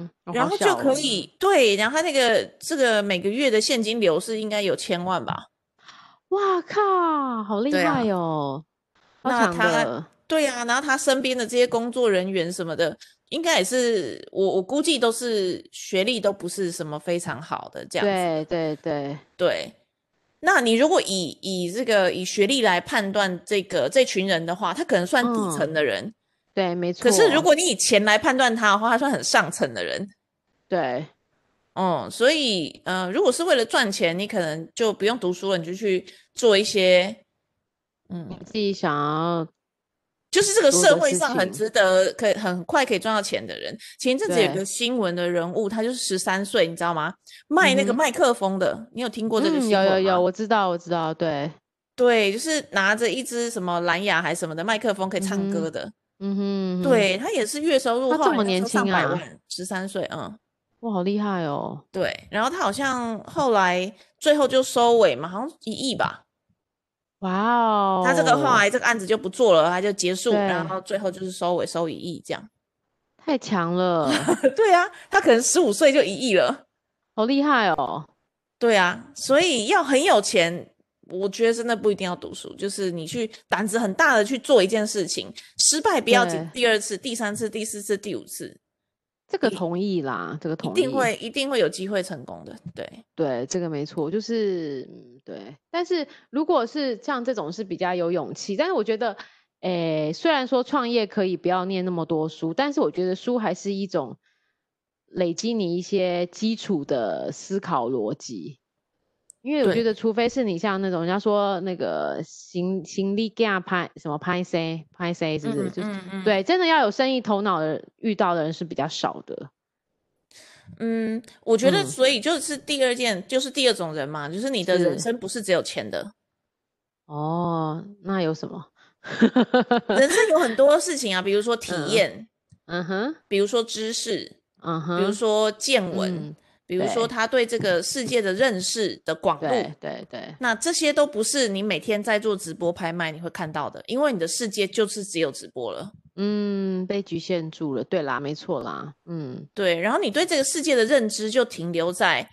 Speaker 1: 嗯嗯，
Speaker 2: 然
Speaker 1: 好
Speaker 2: 后就
Speaker 1: 笑
Speaker 2: 可
Speaker 1: 哦
Speaker 2: 以对，然后他那个这个每个月的现金流是应该有千万吧？
Speaker 1: 哇靠，好厉
Speaker 2: 对啊
Speaker 1: 害哦！超
Speaker 2: 那
Speaker 1: 强
Speaker 2: 他
Speaker 1: 的，
Speaker 2: 对呀、然后他身边的这些工作人员什么的，应该也是我我估计都是学历都不是什么非常好的这样子。
Speaker 1: 对对对，
Speaker 2: 对，那你如果以以这个以学历来判断这个这群人的话，他可能算底层
Speaker 1: 嗯
Speaker 2: 的人。
Speaker 1: 对，没错。
Speaker 2: 可是如果你以钱来判断他的话，他算很上层的人。
Speaker 1: 对，
Speaker 2: 哦、所以呃，如果是为了赚钱，你可能就不用读书了，你就去做一些，嗯
Speaker 1: 你，自己想要，
Speaker 2: 就是这个
Speaker 1: 做
Speaker 2: 社
Speaker 1: 的
Speaker 2: 会
Speaker 1: 事
Speaker 2: 上很
Speaker 1: 情
Speaker 2: 值得、可以很快可以赚到钱的人。前一阵子有
Speaker 1: 对
Speaker 2: 个新闻的人物，他就是十三岁，你知道吗？卖那个
Speaker 1: 嗯哼
Speaker 2: 麦克风的，你有听过这个
Speaker 1: 嗯，
Speaker 2: 新
Speaker 1: 有
Speaker 2: 闻
Speaker 1: 有
Speaker 2: 吗？
Speaker 1: 有，我知道，我知道，对，
Speaker 2: 对，就是拿着一支什么蓝牙还是什么的麦克风可以唱
Speaker 1: 嗯哼
Speaker 2: 歌的，
Speaker 1: 嗯哼，嗯哼，
Speaker 2: 对他也是月收入
Speaker 1: 他
Speaker 2: 后
Speaker 1: 这
Speaker 2: 来
Speaker 1: 么
Speaker 2: 他
Speaker 1: 年
Speaker 2: 说上
Speaker 1: 轻
Speaker 2: 百
Speaker 1: 啊
Speaker 2: 万，十三岁，嗯。
Speaker 1: 哇，好厉害哦！
Speaker 2: 对，然后他好像后来最后就收尾嘛，好像一亿吧。
Speaker 1: 哇哦，
Speaker 2: 他这个后来这个案子就不做了，他就结束，然
Speaker 1: 对
Speaker 2: 后最后就是收尾收一亿这样。
Speaker 1: 太强了，
Speaker 2: 对啊，他可能十五岁就一亿了。
Speaker 1: 好厉害哦！
Speaker 2: 对啊，所以要很有钱，我觉得真的不一定要读书，就是你去胆子很大的去做一件事情，失败不要紧，
Speaker 1: 对
Speaker 2: 第二次、第三次、第四次、第五次，
Speaker 1: 这个
Speaker 2: 一
Speaker 1: 同意啦，这个
Speaker 2: 一
Speaker 1: 同意，
Speaker 2: 定会一定会有机会成功的。对，
Speaker 1: 对，这个没错，就是嗯对。但是如果是像这种是比较有勇气，但是我觉得，诶，虽然说创业可以不要念那么多书，但是我觉得书还是一种累积你一些基础的思考逻辑。因为我
Speaker 2: 对
Speaker 1: 觉得，除非是你像那种人家说那个行行李架拍什么拍 C 拍 C，是不是？就是
Speaker 2: 嗯嗯
Speaker 1: 对，真的要有生意头脑的人遇到的人是比较少的。
Speaker 2: 嗯，我觉得，
Speaker 1: 嗯
Speaker 2: 所以就是第二件，就是第二种人嘛，就是你的人
Speaker 1: 是
Speaker 2: 生不是只有钱的，
Speaker 1: 哦，那有什么？
Speaker 2: 人生有很多事情啊，比如说体
Speaker 1: 嗯
Speaker 2: 验，
Speaker 1: 嗯哼。
Speaker 2: 比如说知识，
Speaker 1: 嗯
Speaker 2: 比
Speaker 1: 哼，
Speaker 2: 如说见闻，
Speaker 1: 嗯
Speaker 2: 比如
Speaker 1: 对
Speaker 2: 说他对这个世界的认识的广度
Speaker 1: 对，对对，
Speaker 2: 那这些都不是你每天在做直播拍卖你会看到的，因为你的世界就是只有直播了。
Speaker 1: 嗯，被局限住了，对啦，没错啦，嗯，
Speaker 2: 对，然后你对这个世界的认知就停留在，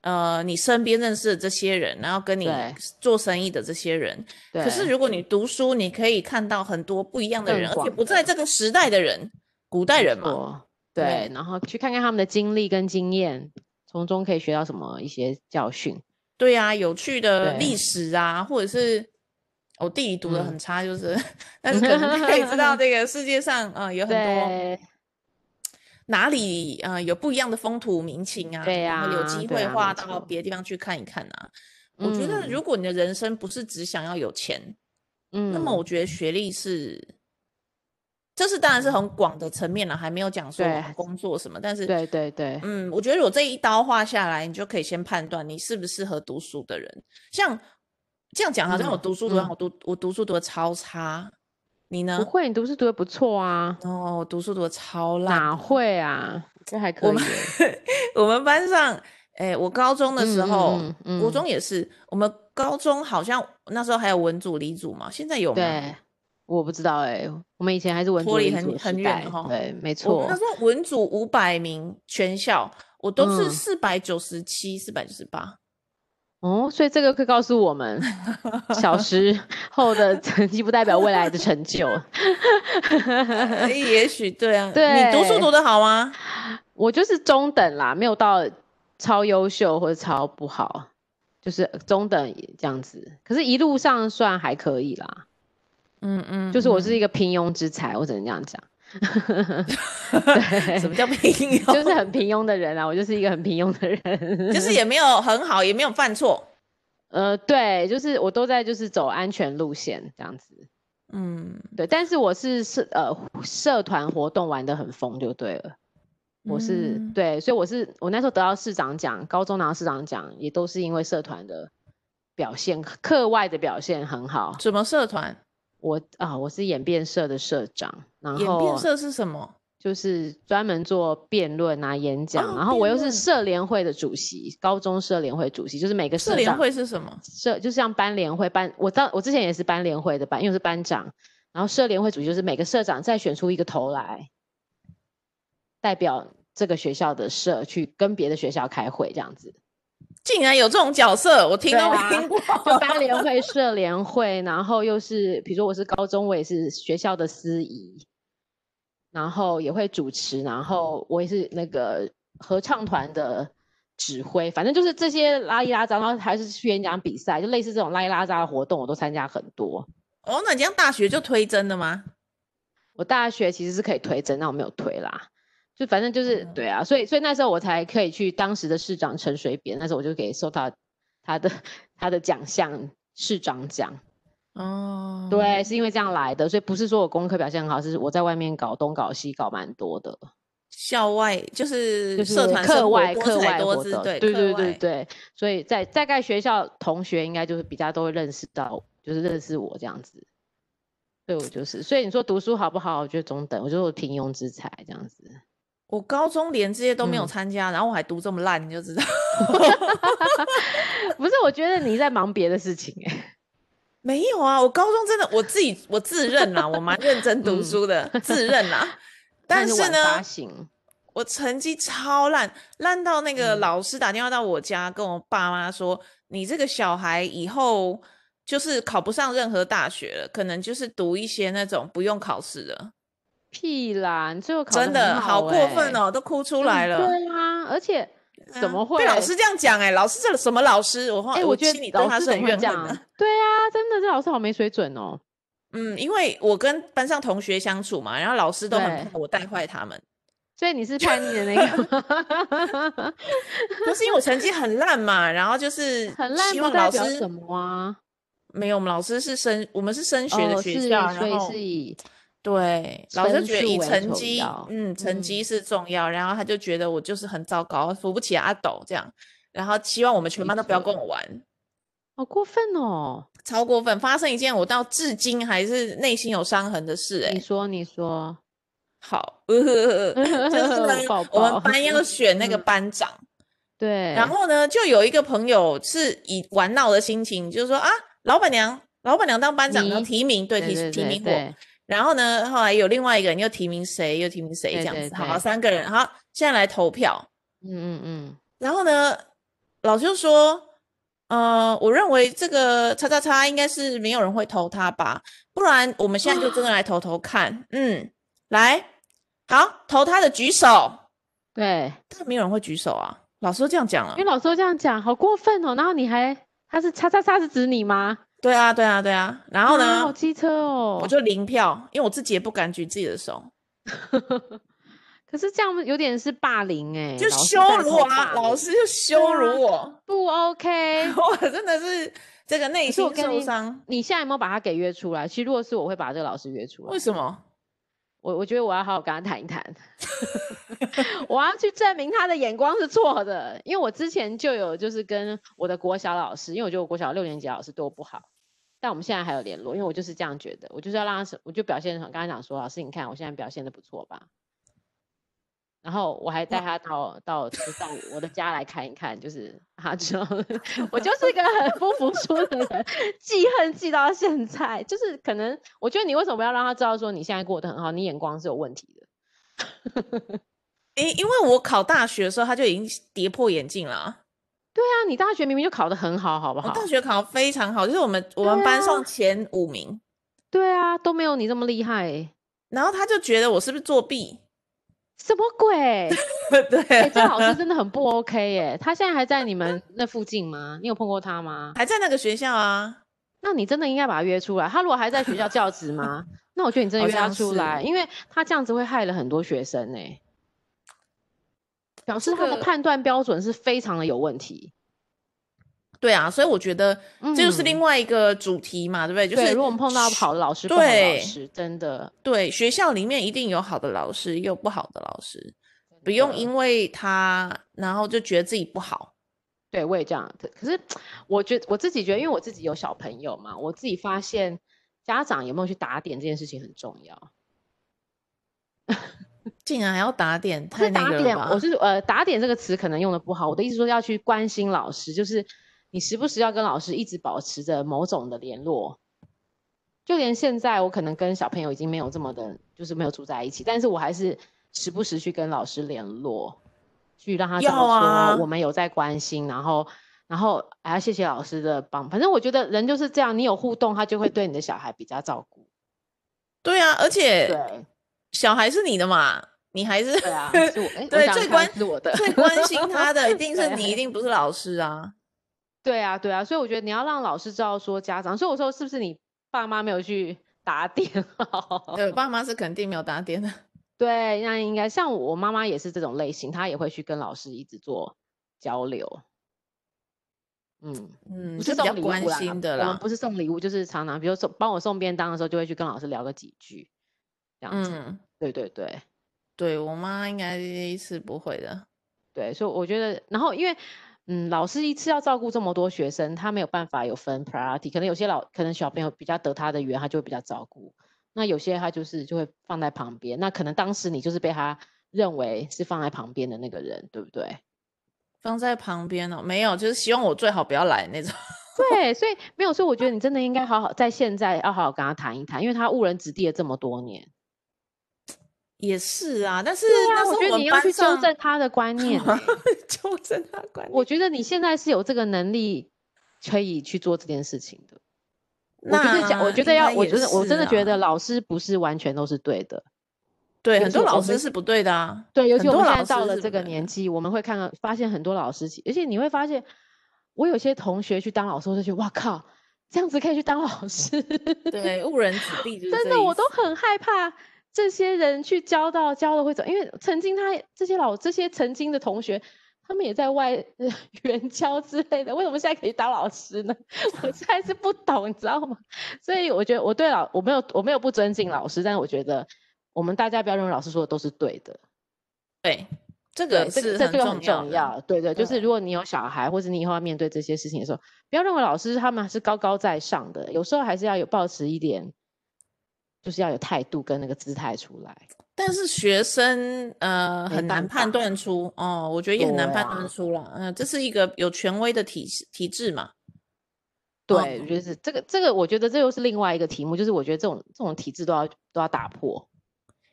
Speaker 2: 呃，你身边认识的这些人，然后跟你
Speaker 1: 对
Speaker 2: 做生意的这些人。
Speaker 1: 对。
Speaker 2: 可是如果你读书，你可以看到很多不一样的
Speaker 1: 更
Speaker 2: 人，而且
Speaker 1: 广
Speaker 2: 不在
Speaker 1: 的
Speaker 2: 这个时代的人，古代人嘛。
Speaker 1: 错
Speaker 2: 对
Speaker 1: 对，然后去看看他们的经历跟经验，从中可以学到什么一些教训。
Speaker 2: 对啊，有趣的
Speaker 1: 对
Speaker 2: 历史啊，或者是我地理读的
Speaker 1: 嗯
Speaker 2: 很差，就是，但是可能可以 知道这个世界上，呃，有很多
Speaker 1: 对
Speaker 2: 哪里，呃，有不一样的风土民情啊，
Speaker 1: 对
Speaker 2: 然后有
Speaker 1: 呀
Speaker 2: 机
Speaker 1: 对
Speaker 2: 会
Speaker 1: 啊没
Speaker 2: 话到
Speaker 1: 错
Speaker 2: 别的地方去看一看啊。我觉得，
Speaker 1: 嗯
Speaker 2: 如果你的人生不是只想要有钱，
Speaker 1: 嗯，
Speaker 2: 那么我觉得学历是这是当然是很广的层面了，还没有讲说
Speaker 1: 对
Speaker 2: 工作什么，但是
Speaker 1: 对对对，
Speaker 2: 嗯，我觉得我这一刀划下来，你就可以先判断你适不适合读书的人。像这样讲，好像我
Speaker 1: 嗯
Speaker 2: 读书读得
Speaker 1: 嗯
Speaker 2: 好，我读我读书读的超差，你
Speaker 1: 不
Speaker 2: 呢？
Speaker 1: 会，你读是读的不错啊，
Speaker 2: 哦，我读书读的超烂。
Speaker 1: 哪会啊？这还可
Speaker 2: 我
Speaker 1: 以
Speaker 2: 们
Speaker 1: 欸，
Speaker 2: 我们班上，哎，我高中的时
Speaker 1: 嗯
Speaker 2: 候，
Speaker 1: 嗯嗯
Speaker 2: 国
Speaker 1: 嗯
Speaker 2: 中也是，我们高中好像那时候还有文组、理组嘛，现在有吗？
Speaker 1: 对，我不知道哎、我们以前还是文
Speaker 2: 脱
Speaker 1: 组
Speaker 2: 离
Speaker 1: 理
Speaker 2: 很
Speaker 1: 组的
Speaker 2: 很
Speaker 1: 时
Speaker 2: 远
Speaker 1: 代
Speaker 2: 了齁
Speaker 1: 对，没
Speaker 2: 我们
Speaker 1: 错
Speaker 2: 那，时候文组五百名全校，我都是
Speaker 1: 嗯
Speaker 2: 四百九十七、四百九十 八。
Speaker 1: 哦，所以这个可以告诉我 们，小时候的成绩不代表未来的成就。
Speaker 2: 呃也许 对啊，你读书
Speaker 1: 对
Speaker 2: 读得好吗？
Speaker 1: 我就是中等啦，没有到超优秀或者超不好，就是中等这样子。可是，一路上算还可以啦，
Speaker 2: 嗯嗯，
Speaker 1: 就是我
Speaker 2: 嗯
Speaker 1: 是一个平庸之才，我只能这样 讲，
Speaker 2: 什么叫平庸？
Speaker 1: 就是很平庸的人啊，我就是一个很平庸的人。
Speaker 2: 就是也没有很好，也没有犯错。
Speaker 1: 呃，对，就是我都在就是走安全路线这样子。
Speaker 2: 嗯，
Speaker 1: 对，但是我是社呃社团活动玩的很疯就对了，我是、
Speaker 2: 嗯
Speaker 1: 对，所以我是我那时候得到市长奖，高中拿到市长奖也都是因为社团的表现，课外的表现很好。
Speaker 2: 什么社团？
Speaker 1: 我啊，我是演辩社的社长，然
Speaker 2: 演变
Speaker 1: 后
Speaker 2: 社是什么？
Speaker 1: 就是专门做辩论啊、演讲，
Speaker 2: 哦
Speaker 1: 然后我
Speaker 2: 辩
Speaker 1: 又是
Speaker 2: 论
Speaker 1: 社联会的主席，高中社联会主席，就是每个
Speaker 2: 社
Speaker 1: 社
Speaker 2: 联
Speaker 1: 长
Speaker 2: 会是什么？
Speaker 1: 社就像班联会班，我当我之前也是班联会的班，因为我是班长，然后社联会主席就是每个社长再选出一个头来，代表这个学校的社去跟别的学校开会，这样子。
Speaker 2: 竟然有这种角色，我听
Speaker 1: 对
Speaker 2: 都没
Speaker 1: 啊
Speaker 2: 听过。
Speaker 1: 就班联会、社联会，然后又是比如说我是高中，我也是学校的司仪，然后也会主持，然后我也是那个合唱团的指挥，反正就是这些拉一拉杂，然后还是去演讲比赛，就类似这种拉一拉杂的活动，我都参加很多。
Speaker 2: 哦，那你这样大学就推真的吗？
Speaker 1: 我大学其实是可以推甄，但我没有推啦。就反正就是、
Speaker 2: 嗯
Speaker 1: 对啊，所以所以那时候我才可以去当时的市长陈水扁，那时候我就给收到他的他的奖项市长奖。
Speaker 2: 哦，
Speaker 1: 对，，是因为这样来的，所以不是说我功课表现很好，是我在外面搞东搞西搞蛮多的，
Speaker 2: 校外就是
Speaker 1: 就是
Speaker 2: 社团
Speaker 1: 课
Speaker 2: 生活
Speaker 1: 外
Speaker 2: 多
Speaker 1: 课
Speaker 2: 才
Speaker 1: 外
Speaker 2: 多
Speaker 1: 活
Speaker 2: 姿
Speaker 1: 动，
Speaker 2: 对
Speaker 1: 对
Speaker 2: 课
Speaker 1: 对对
Speaker 2: 外
Speaker 1: 对，所以在大概学校同学应该就是比较都会认识到，就是认识我这样子，对我就是，所以你说读书好不好？我觉得中等，我觉得我平庸之才这样子。
Speaker 2: 我高中连这些都没有
Speaker 1: 嗯
Speaker 2: 参加，然后我还读这么烂，你就知道
Speaker 1: 不是，我觉得你在忙别的事情哎、
Speaker 2: 没有啊。我高中真的我自己我自认啦，我蛮认真读
Speaker 1: 嗯
Speaker 2: 书的，自认 啦。但是
Speaker 1: 晚
Speaker 2: 呢
Speaker 1: 发，行，
Speaker 2: 我成绩超烂，烂到那个
Speaker 1: 嗯
Speaker 2: 老师打电话到我家，跟我爸妈说：“你这个小孩以后就是考不上任何大学了，可能就是读一些那种不用考试的。
Speaker 1: 屁啦！你最后”考得
Speaker 2: 真的
Speaker 1: 很
Speaker 2: 好
Speaker 1: 好
Speaker 2: 过分
Speaker 1: 欸，
Speaker 2: 哦，都哭出来了。
Speaker 1: 对啊，而且
Speaker 2: 对
Speaker 1: 怎
Speaker 2: 啊
Speaker 1: 么会
Speaker 2: 被老师这样讲？哎，老师这什么老师？我
Speaker 1: 哎、
Speaker 2: 我
Speaker 1: 觉
Speaker 2: 心
Speaker 1: 得
Speaker 2: 里对
Speaker 1: 老
Speaker 2: 他
Speaker 1: 师
Speaker 2: 是
Speaker 1: 怎
Speaker 2: 很
Speaker 1: 么会
Speaker 2: 怨
Speaker 1: 这
Speaker 2: 恨
Speaker 1: 样
Speaker 2: 的。？
Speaker 1: 对啊，真的这老师好没水准哦。
Speaker 2: 嗯，因为我跟班上同学相处嘛，然后老师都很
Speaker 1: 对
Speaker 2: 怕我带坏他们，
Speaker 1: 所以你是叛逆的那 个吗，
Speaker 2: 可是因为我成绩很烂嘛，然后就是
Speaker 1: 很烂
Speaker 2: 希
Speaker 1: 不
Speaker 2: 望老
Speaker 1: 代
Speaker 2: 师
Speaker 1: 表什么啊？
Speaker 2: 没有，我们老师是升，我们是升学的
Speaker 1: 哦，
Speaker 2: 学
Speaker 1: 是，
Speaker 2: 校，
Speaker 1: 所
Speaker 2: 然
Speaker 1: 以
Speaker 2: 后
Speaker 1: 是以
Speaker 2: 对老师
Speaker 1: 分
Speaker 2: 觉得
Speaker 1: 数
Speaker 2: 以
Speaker 1: 为
Speaker 2: 成
Speaker 1: 主
Speaker 2: 绩
Speaker 1: 要，
Speaker 2: 嗯，成
Speaker 1: 嗯
Speaker 2: 绩是重要，然后他就觉得我就是很糟糕，扶不起阿斗这样，然后希望我们全
Speaker 1: 理
Speaker 2: 班都不要
Speaker 1: 解
Speaker 2: 跟我玩，
Speaker 1: 好过分哦。
Speaker 2: 超过分。发生一件我到至今还是内心有伤痕的事、欸，
Speaker 1: 你说，你 说，
Speaker 2: 好， 呃、就 是呢
Speaker 1: 抱
Speaker 2: 我们
Speaker 1: 抱
Speaker 2: 班要选那个
Speaker 1: 嗯
Speaker 2: 班长。
Speaker 1: 对，
Speaker 2: 然后呢，就有一个朋友是以玩闹的心情，就是说啊，老板娘，老板娘当班长，然后
Speaker 1: 你
Speaker 2: 提名，对，
Speaker 1: 对
Speaker 2: 提
Speaker 1: 对
Speaker 2: 提
Speaker 1: 对
Speaker 2: 名我。
Speaker 1: 对，
Speaker 2: 然后呢，后来有另外一个人又提名谁，又提名谁，这
Speaker 1: 对
Speaker 2: 样
Speaker 1: 对
Speaker 2: 子，好，
Speaker 1: 对
Speaker 2: 三个人，好，现在来投票。
Speaker 1: 嗯嗯嗯，
Speaker 2: 然后呢，老师就说，呃，我认为这个叉叉叉应该是没有人会投他吧，不然我们现在就真的来投投看，嗯，来，好，投他的举手，
Speaker 1: 对，
Speaker 2: 但没有人会举手啊，老师都这样讲了
Speaker 1: 因为。老师都这样讲，好过分哦。然后你还他是叉叉叉是指你吗？
Speaker 2: 对啊，对啊，对啊。然后
Speaker 1: 啊
Speaker 2: 呢，
Speaker 1: 好机车哦。
Speaker 2: 我就零票，因为我自己也不敢举自己的手，
Speaker 1: 可是这样有点是霸凌哎、
Speaker 2: 就
Speaker 1: 老师
Speaker 2: 羞
Speaker 1: 带
Speaker 2: 辱
Speaker 1: 头
Speaker 2: 我
Speaker 1: 霸
Speaker 2: 啊，老
Speaker 1: 凌
Speaker 2: 师就羞
Speaker 1: 啊
Speaker 2: 辱我，
Speaker 1: 不 OK。
Speaker 2: 我真的是这个内
Speaker 1: 可是我
Speaker 2: 心
Speaker 1: 跟
Speaker 2: 受
Speaker 1: 你
Speaker 2: 伤。
Speaker 1: 你现在有没有把他给约出来？其实如果是我会把这个老师约出来
Speaker 2: 为。什么？
Speaker 1: 我我觉得我要好好跟他谈一谈， 我要去证明他的眼光是错的，因为我之前就有就是跟我的国小老师，因为我觉得我国小六年级老师对我不好，但我们现在还有联络，因为我就是这样觉得，我就是要让他是，我就表现很，刚才讲说老师你看我现在表现的不错吧，然后我还带他到到就是到我的家来看一看，就是 他知道我就是一个很不服输的人，记恨记到现在，就是可能我觉得你为什么要让他知道说你现在过得很好，你眼光是有问题的。
Speaker 2: 因因为我考大学的时候，他就已经跌破眼镜了啊。
Speaker 1: 对啊，你大学明明就考得很好，好不
Speaker 2: 我
Speaker 1: 哦好？
Speaker 2: 大学考得非常好，就是我们我
Speaker 1: 对
Speaker 2: 们班
Speaker 1: 啊
Speaker 2: 上前五名。
Speaker 1: 对啊，都没有你这么厉害、欸，
Speaker 2: 然后他就觉得我是不是作弊？
Speaker 1: 什么鬼？
Speaker 2: 对，
Speaker 1: 哎、这老师真的很不 OK 耶、他现在还在你们那附近吗？你有碰过他吗？
Speaker 2: 还在那个学校啊。
Speaker 1: 那你真的应该把他约出来。他如果还在学校教职吗？那我觉得你真的
Speaker 2: 好
Speaker 1: 约他
Speaker 2: 像
Speaker 1: 出
Speaker 2: 是
Speaker 1: 来，因为他这样子会害了很多学生呢、表示
Speaker 2: 这
Speaker 1: 他的
Speaker 2: 个
Speaker 1: 判断标准是非常的有问题。
Speaker 2: 对啊，所以我觉得这就是另外一个主题嘛，对不对？就
Speaker 1: 嗯对，
Speaker 2: 是
Speaker 1: 如果我们碰到
Speaker 2: 学
Speaker 1: 好的老师、不好的老
Speaker 2: 对
Speaker 1: 师，真的
Speaker 2: 对学校里面一定有好的老师，也有不好的老师，不用
Speaker 1: 的
Speaker 2: 因为他然后就觉得自己不好。
Speaker 1: 对，我也这样。可可是，我觉我自己觉得，因为我自己有小朋友嘛，我自己发现家长有没有去打点这件事情很重要。
Speaker 2: 竟然还要打点，
Speaker 1: 不
Speaker 2: 太
Speaker 1: 是
Speaker 2: 那
Speaker 1: 打
Speaker 2: 个
Speaker 1: 点，
Speaker 2: 了吧？
Speaker 1: 我是呃打点这个词可能用的不好。我的意思说要去关心老师，就是你时不时要跟老师一直保持着某种的联络。就连现在，我可能跟小朋友已经没有这么的，就是没有住在一起，但是我还是时不时去跟老师联络，去让他知道
Speaker 2: 要啊
Speaker 1: 说我们有在关心，然后然后还要谢谢老师的帮。反正我觉得人就是这样，你有互动，他就会对你的小孩比较照顾。
Speaker 2: 对啊，而且
Speaker 1: 对
Speaker 2: 小孩是你的嘛，你还是
Speaker 1: 对 啊，是我哎，我
Speaker 2: 对
Speaker 1: 想
Speaker 2: 最
Speaker 1: 想
Speaker 2: 关
Speaker 1: 是我的
Speaker 2: 最关心他的一定是你，
Speaker 1: 对
Speaker 2: 一定不是老师啊。
Speaker 1: 对啊，对啊，所以我觉得你要让老师知道说家长，所以我说是不是你爸妈没有去打点好？
Speaker 2: 对，爸妈是肯定没有打点的。
Speaker 1: 对，那应该像我妈妈也是这种类型，她也会去跟老师一直做交流。嗯，
Speaker 2: 嗯，
Speaker 1: 不
Speaker 2: 就是比较
Speaker 1: 送礼物
Speaker 2: 关
Speaker 1: 啦，
Speaker 2: 心的
Speaker 1: 我们
Speaker 2: 啦。
Speaker 1: 不是送礼物，就是常常比如送帮我送便当的时候，就会去跟老师聊个几句，这样子。
Speaker 2: 嗯，
Speaker 1: 对对对
Speaker 2: 对我妈应该是不会的。
Speaker 1: 对，所以我觉得，然后因为。嗯，老师一次要照顾这么多学生，他没有办法有分 priority。可能有些老，可能小朋友比较得他的缘，他就会比较照顾；那有些他就是就会放在旁边。那可能当时你就是被他认为是放在旁边的那个人，对不对？
Speaker 2: 放在旁边哦，没有，就是希望我最好不要来那种。
Speaker 1: 对，所以没有，所以我觉得你真的应该好好在现在要好好跟他谈一谈，因为他误人子弟了这么多年。
Speaker 2: 也是啊，但是
Speaker 1: 对
Speaker 2: 那
Speaker 1: 啊，
Speaker 2: 是
Speaker 1: 我觉得
Speaker 2: 们
Speaker 1: 你要去
Speaker 2: 班
Speaker 1: 纠
Speaker 2: 上
Speaker 1: 正他的观 念欸、
Speaker 2: 纠正他观念。
Speaker 1: 我觉得你现在是有这个能力可以去做这件事情的。我觉得讲，我
Speaker 2: 那
Speaker 1: 觉得
Speaker 2: 应
Speaker 1: 要，
Speaker 2: 该
Speaker 1: 我
Speaker 2: 也
Speaker 1: 觉得我真的觉
Speaker 2: 是
Speaker 1: 得
Speaker 2: 啊
Speaker 1: 老师不是完全都是对的。
Speaker 2: 对
Speaker 1: 尤
Speaker 2: 很
Speaker 1: 其
Speaker 2: 多
Speaker 1: 我
Speaker 2: 老
Speaker 1: 们
Speaker 2: 师是不对的啊。
Speaker 1: 对，尤其
Speaker 2: 很
Speaker 1: 我们
Speaker 2: 多
Speaker 1: 现
Speaker 2: 老
Speaker 1: 在到
Speaker 2: 师
Speaker 1: 了
Speaker 2: 是
Speaker 1: 这
Speaker 2: 不
Speaker 1: 个
Speaker 2: 对
Speaker 1: 年
Speaker 2: 的
Speaker 1: 纪，我们会看到发现很多老师，而且你会发现，我有些同学去当老师，我就觉得哇靠，这样子可以去当老师，
Speaker 2: 对，误人子弟就是
Speaker 1: 真
Speaker 2: 这
Speaker 1: 的
Speaker 2: 意
Speaker 1: 我都
Speaker 2: 思
Speaker 1: 很害怕。这些人去教到教了会走，因为曾经他这些老这些曾经的同学，他们也在外 呃援交之类的，为什么现在可以当老师呢？ 我实在是不懂，你知道吗？所以我觉得我对老我没有我没有不尊敬老师，但是我觉得我们大家不要认为老师说的都是对的，
Speaker 2: 对，这
Speaker 1: 对，
Speaker 2: 个
Speaker 1: 这
Speaker 2: 是
Speaker 1: 这这个
Speaker 2: 很
Speaker 1: 很重
Speaker 2: 要的。
Speaker 1: 要。对对，就是
Speaker 2: 对
Speaker 1: 如果你有小孩，或者你以后要面对这些事情的时候，不要认为老师他们是高高在上的，有时候还是要有保持一点，就是要有态度跟那个姿态出来。
Speaker 2: 但是学生呃
Speaker 1: 没
Speaker 2: 很难
Speaker 1: 办
Speaker 2: 判
Speaker 1: 法
Speaker 2: 断出哦，我觉得也很难
Speaker 1: 对
Speaker 2: 判
Speaker 1: 啊
Speaker 2: 断出了。嗯、这是一个有权威的体系体制嘛。
Speaker 1: 对，
Speaker 2: 嗯
Speaker 1: 就是这个这个，我觉得这又是另外一个题目，就是我觉得这种这种体制都要都要打破。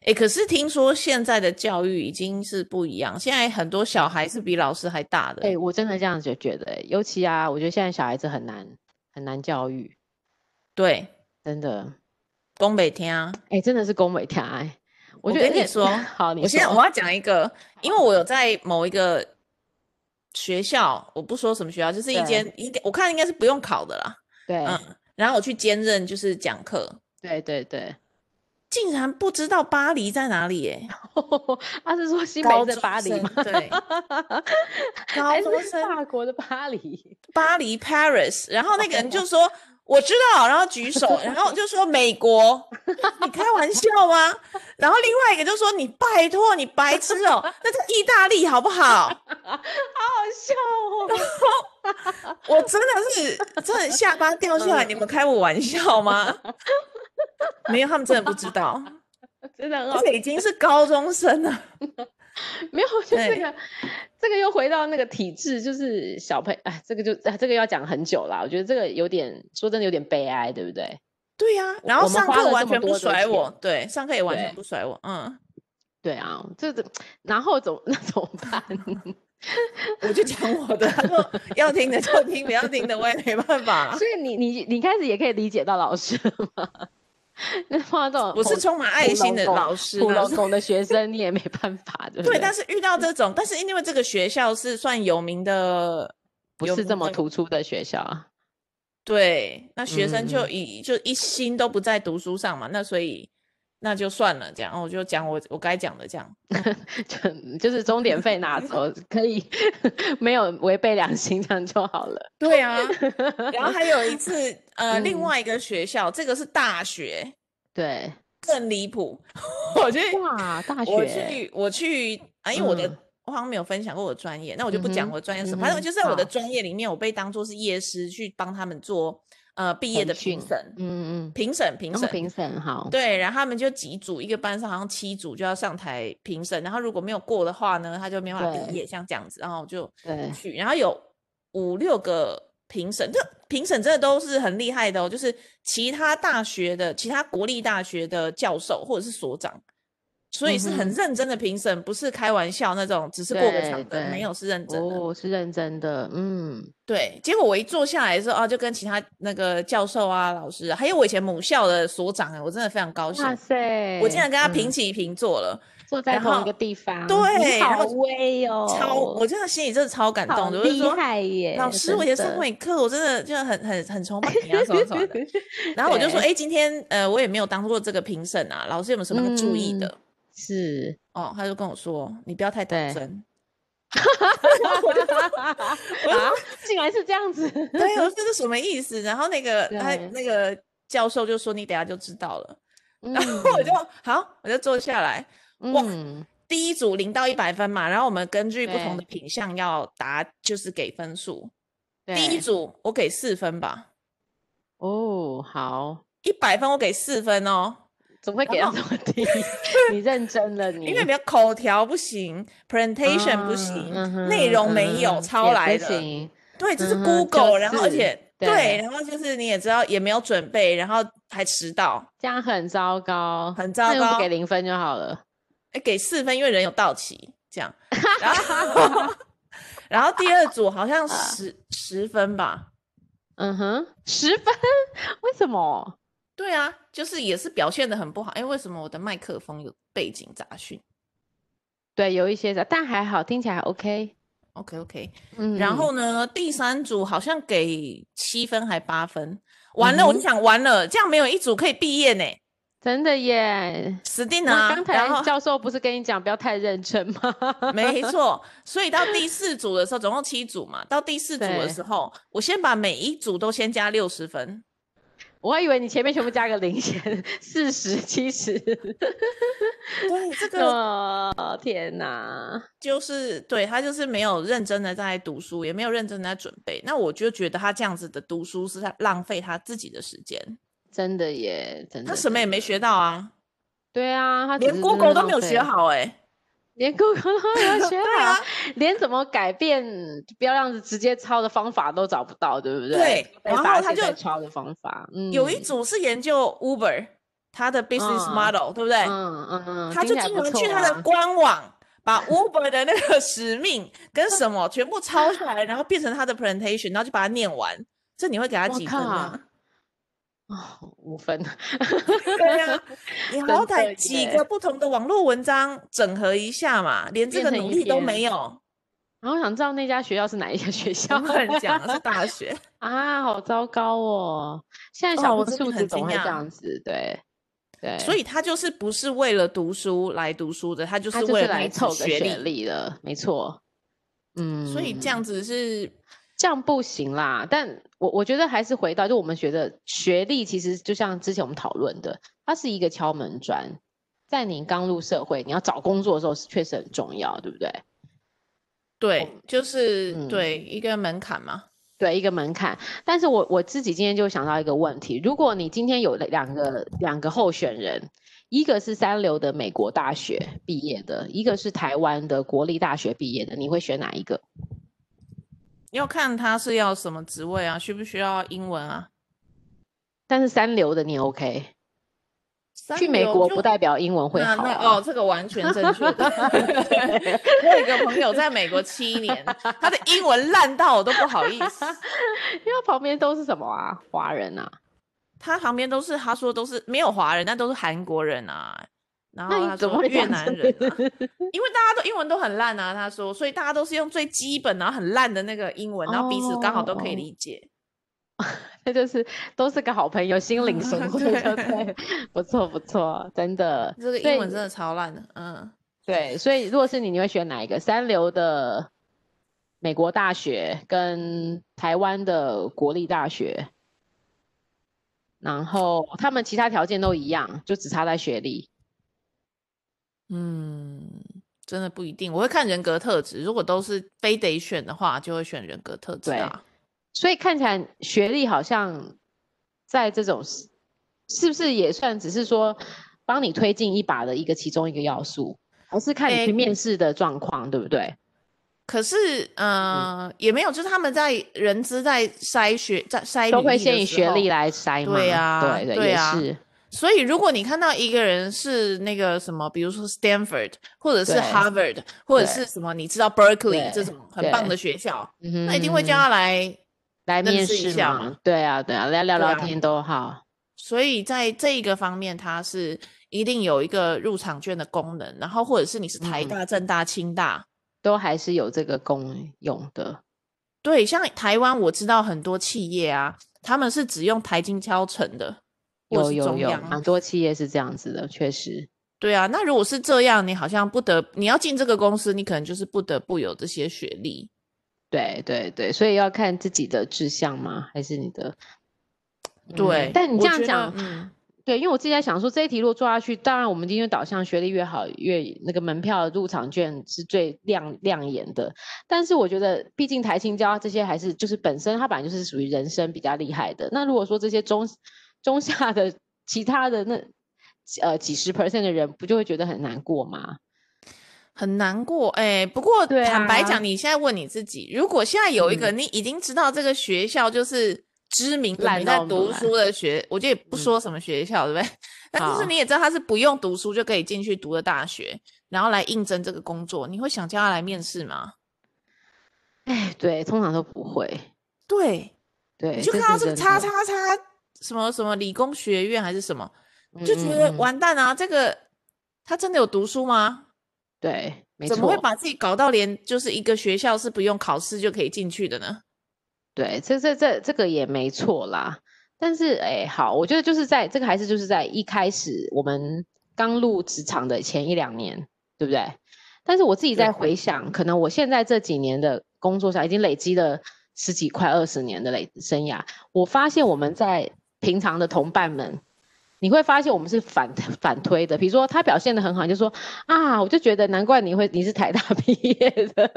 Speaker 2: 哎，可是听说现在的教育已经是不一样，现在很多小孩是比老师还大的。
Speaker 1: 哎、我真的这样子觉得、尤其啊，我觉得现在小孩子很难很难教育，
Speaker 2: 对，
Speaker 1: 真的，
Speaker 2: 东北天啊，
Speaker 1: 哎、真的是恭维他、哎，我
Speaker 2: 我
Speaker 1: 觉得
Speaker 2: 跟你
Speaker 1: 而且
Speaker 2: 说
Speaker 1: 好，你
Speaker 2: 我现在
Speaker 1: 说
Speaker 2: 我要讲一个，因为我有在某一个学校，我不说什么学校，就是一
Speaker 1: 对
Speaker 2: 间应该我看应该是不用考的啦。
Speaker 1: 对、
Speaker 2: 嗯，然后我去兼任就是讲课，
Speaker 1: 对对对，
Speaker 2: 竟然不知道巴黎在哪里耶、
Speaker 1: 他啊是说新
Speaker 2: 高
Speaker 1: 北在
Speaker 2: 中
Speaker 1: 巴黎
Speaker 2: 生
Speaker 1: 吗？
Speaker 2: 对，高
Speaker 1: 还
Speaker 2: 中
Speaker 1: 是
Speaker 2: 生
Speaker 1: 法国的巴黎？
Speaker 2: 巴黎 Paris，然后那个人就说我知道，然后举手，然后就说美国，你开玩笑吗？然后另外一个就说你拜托你白痴哦、那在意大利好不好？
Speaker 1: 好笑哦！
Speaker 2: 我真的是真的下巴掉下来，你们开我玩笑吗？ 没有，他们真的不知道，
Speaker 1: 真的很好
Speaker 2: 而，且已经是高中生啊了。
Speaker 1: 没有，就这
Speaker 2: 对
Speaker 1: 个，这个又回到那个体制，就是小朋，哎，这个就哎，这个要讲很久啦。我觉得这个有点，说真的有点悲哀，对不对？
Speaker 2: 对呀、然
Speaker 1: 我
Speaker 2: 后
Speaker 1: 们
Speaker 2: 上
Speaker 1: 花
Speaker 2: 课
Speaker 1: 了
Speaker 2: 完
Speaker 1: 这么
Speaker 2: 全不
Speaker 1: 多的
Speaker 2: 甩我，
Speaker 1: 钱
Speaker 2: 对，上课也完全
Speaker 1: 对
Speaker 2: 不甩我，嗯，
Speaker 1: 对啊，这个，然后怎么 那怎么办？
Speaker 2: 我就讲我的，他说要听的就听，不要听的我也没办法、
Speaker 1: 所以你你你开始也可以理解到老师了吗？ 那碰到这种
Speaker 2: 我是
Speaker 1: 普
Speaker 2: 充满爱心的
Speaker 1: 普通
Speaker 2: 老师
Speaker 1: 普
Speaker 2: 啦
Speaker 1: 龙懂的 学生，你也没办法，对不
Speaker 2: 对，
Speaker 1: 对？
Speaker 2: 但是遇到这种，但是因为这个学校是算有名的，
Speaker 1: 不
Speaker 2: 有
Speaker 1: 是
Speaker 2: 名
Speaker 1: 这么
Speaker 2: 的
Speaker 1: 突出的学校啊。
Speaker 2: 对，那学生就
Speaker 1: 嗯
Speaker 2: 一、就一心都不在读书上嘛，那所以那就算了，这样哦我就讲我我该讲的这样，
Speaker 1: 就就是钟点费拿走，可以没有违背良心，这样就好了。
Speaker 2: 对啊， 然后还有一次， 呃，另
Speaker 1: 嗯
Speaker 2: 外一个学校，这个是大学，
Speaker 1: 对，
Speaker 2: 更离谱， 我去
Speaker 1: 哇，大
Speaker 2: 我
Speaker 1: 学
Speaker 2: 去我去啊，因为我的、
Speaker 1: 嗯
Speaker 2: 我好像没有分享过我的专业，那我就不
Speaker 1: 嗯
Speaker 2: 讲
Speaker 1: 哼
Speaker 2: 我的专业是什
Speaker 1: 嗯
Speaker 2: 么，反
Speaker 1: 哼
Speaker 2: 正就是在我的
Speaker 1: 好
Speaker 2: 专业里面，我被当做是夜师去帮他们做呃毕业
Speaker 1: 培
Speaker 2: 的评
Speaker 1: 训
Speaker 2: 审，
Speaker 1: 嗯嗯嗯，
Speaker 2: 评审评
Speaker 1: 然后
Speaker 2: 审
Speaker 1: 评审好，
Speaker 2: 对，然后他们就几组，一个班上好像七组就要上台评审，然后如果没有过的话呢，他就没有办法
Speaker 1: 对
Speaker 2: 毕业，像这样子，然后我就
Speaker 1: 对
Speaker 2: 去，然后有五六个评审，这评审真的都是很厉害的哦，就是其他大学的、其他国立大学的教授或者是所长，所以是很
Speaker 1: 嗯哼
Speaker 2: 认真的评审，不是开玩笑那种，只是过个场
Speaker 1: 对
Speaker 2: 的，没
Speaker 1: 对
Speaker 2: 有是认真的。
Speaker 1: 哦，是认真的，嗯，
Speaker 2: 对，结果我一坐下来的时候啊，就跟其他那个教授啊、老师啊，还有我以前母校的所长啊，我真的非常高兴。
Speaker 1: 哇塞，
Speaker 2: 我竟然跟他平
Speaker 1: 嗯
Speaker 2: 起平坐了，
Speaker 1: 坐在
Speaker 2: 然
Speaker 1: 同一
Speaker 2: 后
Speaker 1: 个地方，
Speaker 2: 对
Speaker 1: 你
Speaker 2: 然
Speaker 1: 好
Speaker 2: 后
Speaker 1: 威哦，
Speaker 2: 超，我真的心里真的超感
Speaker 1: 好
Speaker 2: 动的，我就
Speaker 1: 厉
Speaker 2: 说。
Speaker 1: 害耶，
Speaker 2: 老师，我以前上
Speaker 1: 真
Speaker 2: 过
Speaker 1: 的
Speaker 2: 你课，我真的就很很很崇拜你啊，什么什 么的。然后我就说，
Speaker 1: 对
Speaker 2: 哎、今天呃，我也没有当做这个评审啊，老师有没有什么要注意的？
Speaker 1: 是，
Speaker 2: 哦，他就跟我说，你不要太
Speaker 1: 嗯对
Speaker 2: 当 真。
Speaker 1: 啊，竟然是这样子，
Speaker 2: 对，啊我说这是什么意思？然后那个他
Speaker 1: 对
Speaker 2: 那个教授就说，你等下就知道了。
Speaker 1: 嗯
Speaker 2: 然后我就好，我就坐下来。哇
Speaker 1: 嗯
Speaker 2: 第一组零到一百分嘛，然后我们根据不
Speaker 1: 对
Speaker 2: 同的品项要答，就是给分数。第一
Speaker 1: 对
Speaker 2: 组我给四分吧，
Speaker 1: 哦，好，
Speaker 2: 一百分我给四分哦，
Speaker 1: 怎么会给
Speaker 2: 然
Speaker 1: 到这么低？ 你认真了你，
Speaker 2: 因为比较口条不行，presentation
Speaker 1: 嗯
Speaker 2: 不
Speaker 1: 啊
Speaker 2: 行，
Speaker 1: 嗯哼
Speaker 2: 内容没
Speaker 1: 嗯
Speaker 2: 有、
Speaker 1: 哼
Speaker 2: 抄
Speaker 1: 也不
Speaker 2: 来的，
Speaker 1: 行
Speaker 2: 对，这是
Speaker 1: 嗯哼
Speaker 2: Google，、
Speaker 1: 就
Speaker 2: 然后而
Speaker 1: 是
Speaker 2: 且
Speaker 1: 对
Speaker 2: 然后就是你也知道也没有准备，然后还迟到，
Speaker 1: 这样很糟糕，
Speaker 2: 很
Speaker 1: 那
Speaker 2: 糟
Speaker 1: 又不
Speaker 2: 糕，
Speaker 1: 给零分就好了。
Speaker 2: 诶哎给四分，因为人有到齐，这样，然后 然后第二组好像十十分吧，
Speaker 1: 嗯哼，十分？ 为什么？
Speaker 2: 对啊，就是也是表现的很不好，哎，为什么我的麦克风有背景杂讯
Speaker 1: 对，有一些的，但还好，听起来还 OK。
Speaker 2: ？OK OK，
Speaker 1: 嗯，
Speaker 2: 然后呢，第三组好像给七分还八分，完
Speaker 1: 嗯
Speaker 2: 了，我就想完了，这样没有一组可以毕业呢，
Speaker 1: 真的耶。
Speaker 2: 死定了
Speaker 1: 那
Speaker 2: 啊、
Speaker 1: 刚
Speaker 2: 然
Speaker 1: 才
Speaker 2: 后
Speaker 1: 教授不是跟你讲不要太认真吗？
Speaker 2: 没错，所以到第四组的时候，总共七组嘛，到第四组的
Speaker 1: 对
Speaker 2: 时候，我先把每一组都先加六十分，
Speaker 1: 我还以为你前面全部加个零钱，四十、七十。
Speaker 2: 对， 这个
Speaker 1: 哦，天哪！
Speaker 2: 就是对他就是没有认真的在读书，也没有认真的在准备，那我就觉得他这样子的读书是在浪费他自己的时间，
Speaker 1: 真的耶，真的。
Speaker 2: 他什么也
Speaker 1: 真
Speaker 2: 没
Speaker 1: 的。
Speaker 2: 学到啊，
Speaker 1: 对啊，他只
Speaker 2: 连
Speaker 1: 是
Speaker 2: Google
Speaker 1: 真的
Speaker 2: 都没有
Speaker 1: 浪费
Speaker 2: 学好哎、
Speaker 1: 连 Google 都没有学
Speaker 2: 对啊
Speaker 1: 好，连怎么改变不要让子直接抄的方法都找不到，对不对？
Speaker 2: 对
Speaker 1: 被
Speaker 2: 然后
Speaker 1: 发
Speaker 2: 他
Speaker 1: 现
Speaker 2: 就
Speaker 1: 在抄的方法，嗯，
Speaker 2: 有一组是研究 Uber 它的 business
Speaker 1: 嗯
Speaker 2: model，、对不对？
Speaker 1: 嗯嗯嗯，
Speaker 2: 他就
Speaker 1: 听起来
Speaker 2: 专
Speaker 1: 不
Speaker 2: 门
Speaker 1: 错
Speaker 2: 去它的
Speaker 1: 啊
Speaker 2: 官网，把 Uber 的那个使命跟什么全部抄下来，然后变成他的 presentation，然后就把它念完。这你会给他
Speaker 1: 我
Speaker 2: 几分啊？
Speaker 1: 哦五分，
Speaker 2: 对啊， 你好
Speaker 1: 真的
Speaker 2: 歹几
Speaker 1: 耶
Speaker 2: 个不同的网络文章整合一下嘛，连这
Speaker 1: 变
Speaker 2: 个
Speaker 1: 成
Speaker 2: 努
Speaker 1: 一
Speaker 2: 力都
Speaker 1: 篇
Speaker 2: 没 有。
Speaker 1: 然后我想知道那家学校是哪一家学校
Speaker 2: 我乱讲的是大学，
Speaker 1: 啊，好糟糕哦！现在
Speaker 2: 哦
Speaker 1: 小
Speaker 2: 我
Speaker 1: 朋
Speaker 2: 真的
Speaker 1: 素
Speaker 2: 很
Speaker 1: 质怎么会
Speaker 2: 惊
Speaker 1: 这
Speaker 2: 讶
Speaker 1: 样子？对对，
Speaker 2: 所
Speaker 1: 以
Speaker 2: 以他就是不是为了读书来读书的，他就
Speaker 1: 他
Speaker 2: 是
Speaker 1: 就
Speaker 2: 为
Speaker 1: 是
Speaker 2: 了那
Speaker 1: 来
Speaker 2: 一次
Speaker 1: 凑个
Speaker 2: 学历
Speaker 1: 历的，没错。嗯，
Speaker 2: 所以这样子是
Speaker 1: 这样不行啦。但我我觉得还是回到，就我们觉得学历其实就像之前我们讨论的，它是一个敲门砖，在你刚入社会，你要找工作的时候是确实很重要，对不对？
Speaker 2: 对，就是、
Speaker 1: 哦嗯
Speaker 2: 对一个门槛嘛。
Speaker 1: 对一个门槛，但是我我自己今天就想到一个问题：如果你今天有了两个两个候选人，一个是三流的美国大学毕业的，一个是台湾的国立大学毕业的，你会选哪一个？
Speaker 2: 要看他是要什么职位啊，需不需要英文啊？
Speaker 1: 但是三流的你 OK，
Speaker 2: 三
Speaker 1: 去美
Speaker 2: 流
Speaker 1: 国
Speaker 2: 就
Speaker 1: 不代表英文会
Speaker 2: 那
Speaker 1: 好、
Speaker 2: 那
Speaker 1: 啊。
Speaker 2: 哦，这个完全正确 的。 对我有一个朋友在美国七年，他的英文烂到我都不好意思。
Speaker 1: 因为旁边都是什么啊？华人啊，
Speaker 2: 他旁边都是他说都是没有华人，但都是韩国人啊，然
Speaker 1: 那
Speaker 2: 后
Speaker 1: 你
Speaker 2: 他
Speaker 1: 怎么
Speaker 2: 说
Speaker 1: 会
Speaker 2: 越
Speaker 1: 讲
Speaker 2: 南
Speaker 1: 成
Speaker 2: 人啊， 因为大家都英文都很烂啊，他说，所以大家都是用最基本然后很烂的那个英文，然后彼此刚好都可以
Speaker 1: 哦
Speaker 2: 理解。
Speaker 1: 这就是都是个好朋友，心领神会，对不
Speaker 2: 嗯对
Speaker 1: 对？ 不错不错，真的。
Speaker 2: 这个
Speaker 1: 所
Speaker 2: 英
Speaker 1: 以
Speaker 2: 文真的超烂的，嗯，
Speaker 1: 对，所以如果是你，你会选哪一个？三流的美国大学跟台湾的国立大学，然后他们其他条件都一样，就只差在学历。
Speaker 2: 嗯，真的不一定。我会看人格特质，如果都是非得选的话，就会选人格特质
Speaker 1: 对
Speaker 2: 啊。
Speaker 1: 所以看起来学历好像在这种是是不是也算只是说帮你推进一把的一个其中一个要素，还是看你
Speaker 2: 诶
Speaker 1: 去面试的状况，对不对？
Speaker 2: 可是，
Speaker 1: 嗯
Speaker 2: 呃，也没有，就是他们在人资在筛学在筛
Speaker 1: 都
Speaker 2: 履
Speaker 1: 会
Speaker 2: 哎历的
Speaker 1: 先以
Speaker 2: 时
Speaker 1: 学历
Speaker 2: 候
Speaker 1: 来筛嘛？
Speaker 2: 对啊
Speaker 1: 对
Speaker 2: 对
Speaker 1: 也
Speaker 2: 啊
Speaker 1: 是。
Speaker 2: 所以，如果你看到一个人是那个什么，比如说 Stanford 或者是
Speaker 1: 对
Speaker 2: Harvard 或
Speaker 1: 对
Speaker 2: 者是什么，你知道 Berkeley
Speaker 1: 对
Speaker 2: 这种很棒
Speaker 1: 对嗯
Speaker 2: 的学校，
Speaker 1: 那
Speaker 2: 那一定会叫他来。
Speaker 1: 来
Speaker 2: 认
Speaker 1: 面
Speaker 2: 识一
Speaker 1: 试
Speaker 2: 下
Speaker 1: 嘛
Speaker 2: 嘛？
Speaker 1: 对啊，对啊，来聊
Speaker 2: 对
Speaker 1: 聊
Speaker 2: 啊
Speaker 1: 天都好。
Speaker 2: 所以，在这一个方面，它是一定有一个入场券的功能。然后，或者是你是台
Speaker 1: 嗯
Speaker 2: 大、政大、清大，
Speaker 1: 都还是有这个功用的，
Speaker 2: 对，像台湾我知道很多企业啊，他们是只用台金敲成的，
Speaker 1: 有
Speaker 2: 或是
Speaker 1: 有
Speaker 2: 中
Speaker 1: 有，啊
Speaker 2: 央
Speaker 1: 蛮多企业是这样子的，确实。
Speaker 2: 对啊，那如果是这样，你好像不得你要进这个公司，你可能就是不得不有这些学历。
Speaker 1: 对对对，所以要看自己的志向吗？还是你的？嗯
Speaker 2: 对，
Speaker 1: 但你
Speaker 2: 我
Speaker 1: 这样
Speaker 2: 觉得
Speaker 1: 讲，
Speaker 2: 嗯，
Speaker 1: 对，因为我自己在想说，这一题如果做下去，当然我们今天导向学历越好，越那个门票入场券是最亮亮眼的。但是我觉得，毕竟台青交这些还是就是本身它本来就是属于人生比较厉害的。那如果说这些中中下的其他的那呃几十 percent 的人，不就会觉得很难过吗？
Speaker 2: 很难过哎、不过
Speaker 1: 对
Speaker 2: 坦白
Speaker 1: 啊嗯
Speaker 2: 讲，你现在问你自己，如果现在有一个、你已经知道这个学校就是知名的
Speaker 1: 烂
Speaker 2: 你
Speaker 1: 到
Speaker 2: 在
Speaker 1: 不
Speaker 2: 读
Speaker 1: 烂
Speaker 2: 书的学，我就也不
Speaker 1: 嗯
Speaker 2: 说什么学校，对不 对？但就是
Speaker 1: 好
Speaker 2: 你也知道他是不用读书就可以进去读的大学，然后来应征这个工作，你会想叫他来面试吗？
Speaker 1: 哎，对，通常都不会。
Speaker 2: 对，
Speaker 1: 对，
Speaker 2: 你就
Speaker 1: 这
Speaker 2: 看到
Speaker 1: 是
Speaker 2: 这个
Speaker 1: 真
Speaker 2: 叉
Speaker 1: 的
Speaker 2: 叉叉什么什么理工学院还是什么，就觉得
Speaker 1: 嗯嗯嗯
Speaker 2: 完蛋啊！这个他真的有读书吗？
Speaker 1: 对，没错，
Speaker 2: 怎么会把自己搞到连就是一个学校是不用考试就可以进去的呢？
Speaker 1: 对，这这这这个也没错啦。但是，哎，好，我觉得就是在这个还是就是在一开始我们刚入职场的前一两年，对不对？但是我自己
Speaker 2: 对
Speaker 1: 在回想，可能我现在这几年的工作上已经累积了十几快二十年的累生涯，我发现我们在平常的同伴们，你会发现我们是反反推的。比如说他表现的很好，你就说啊，我就觉得难怪你会你是台大 毕业的。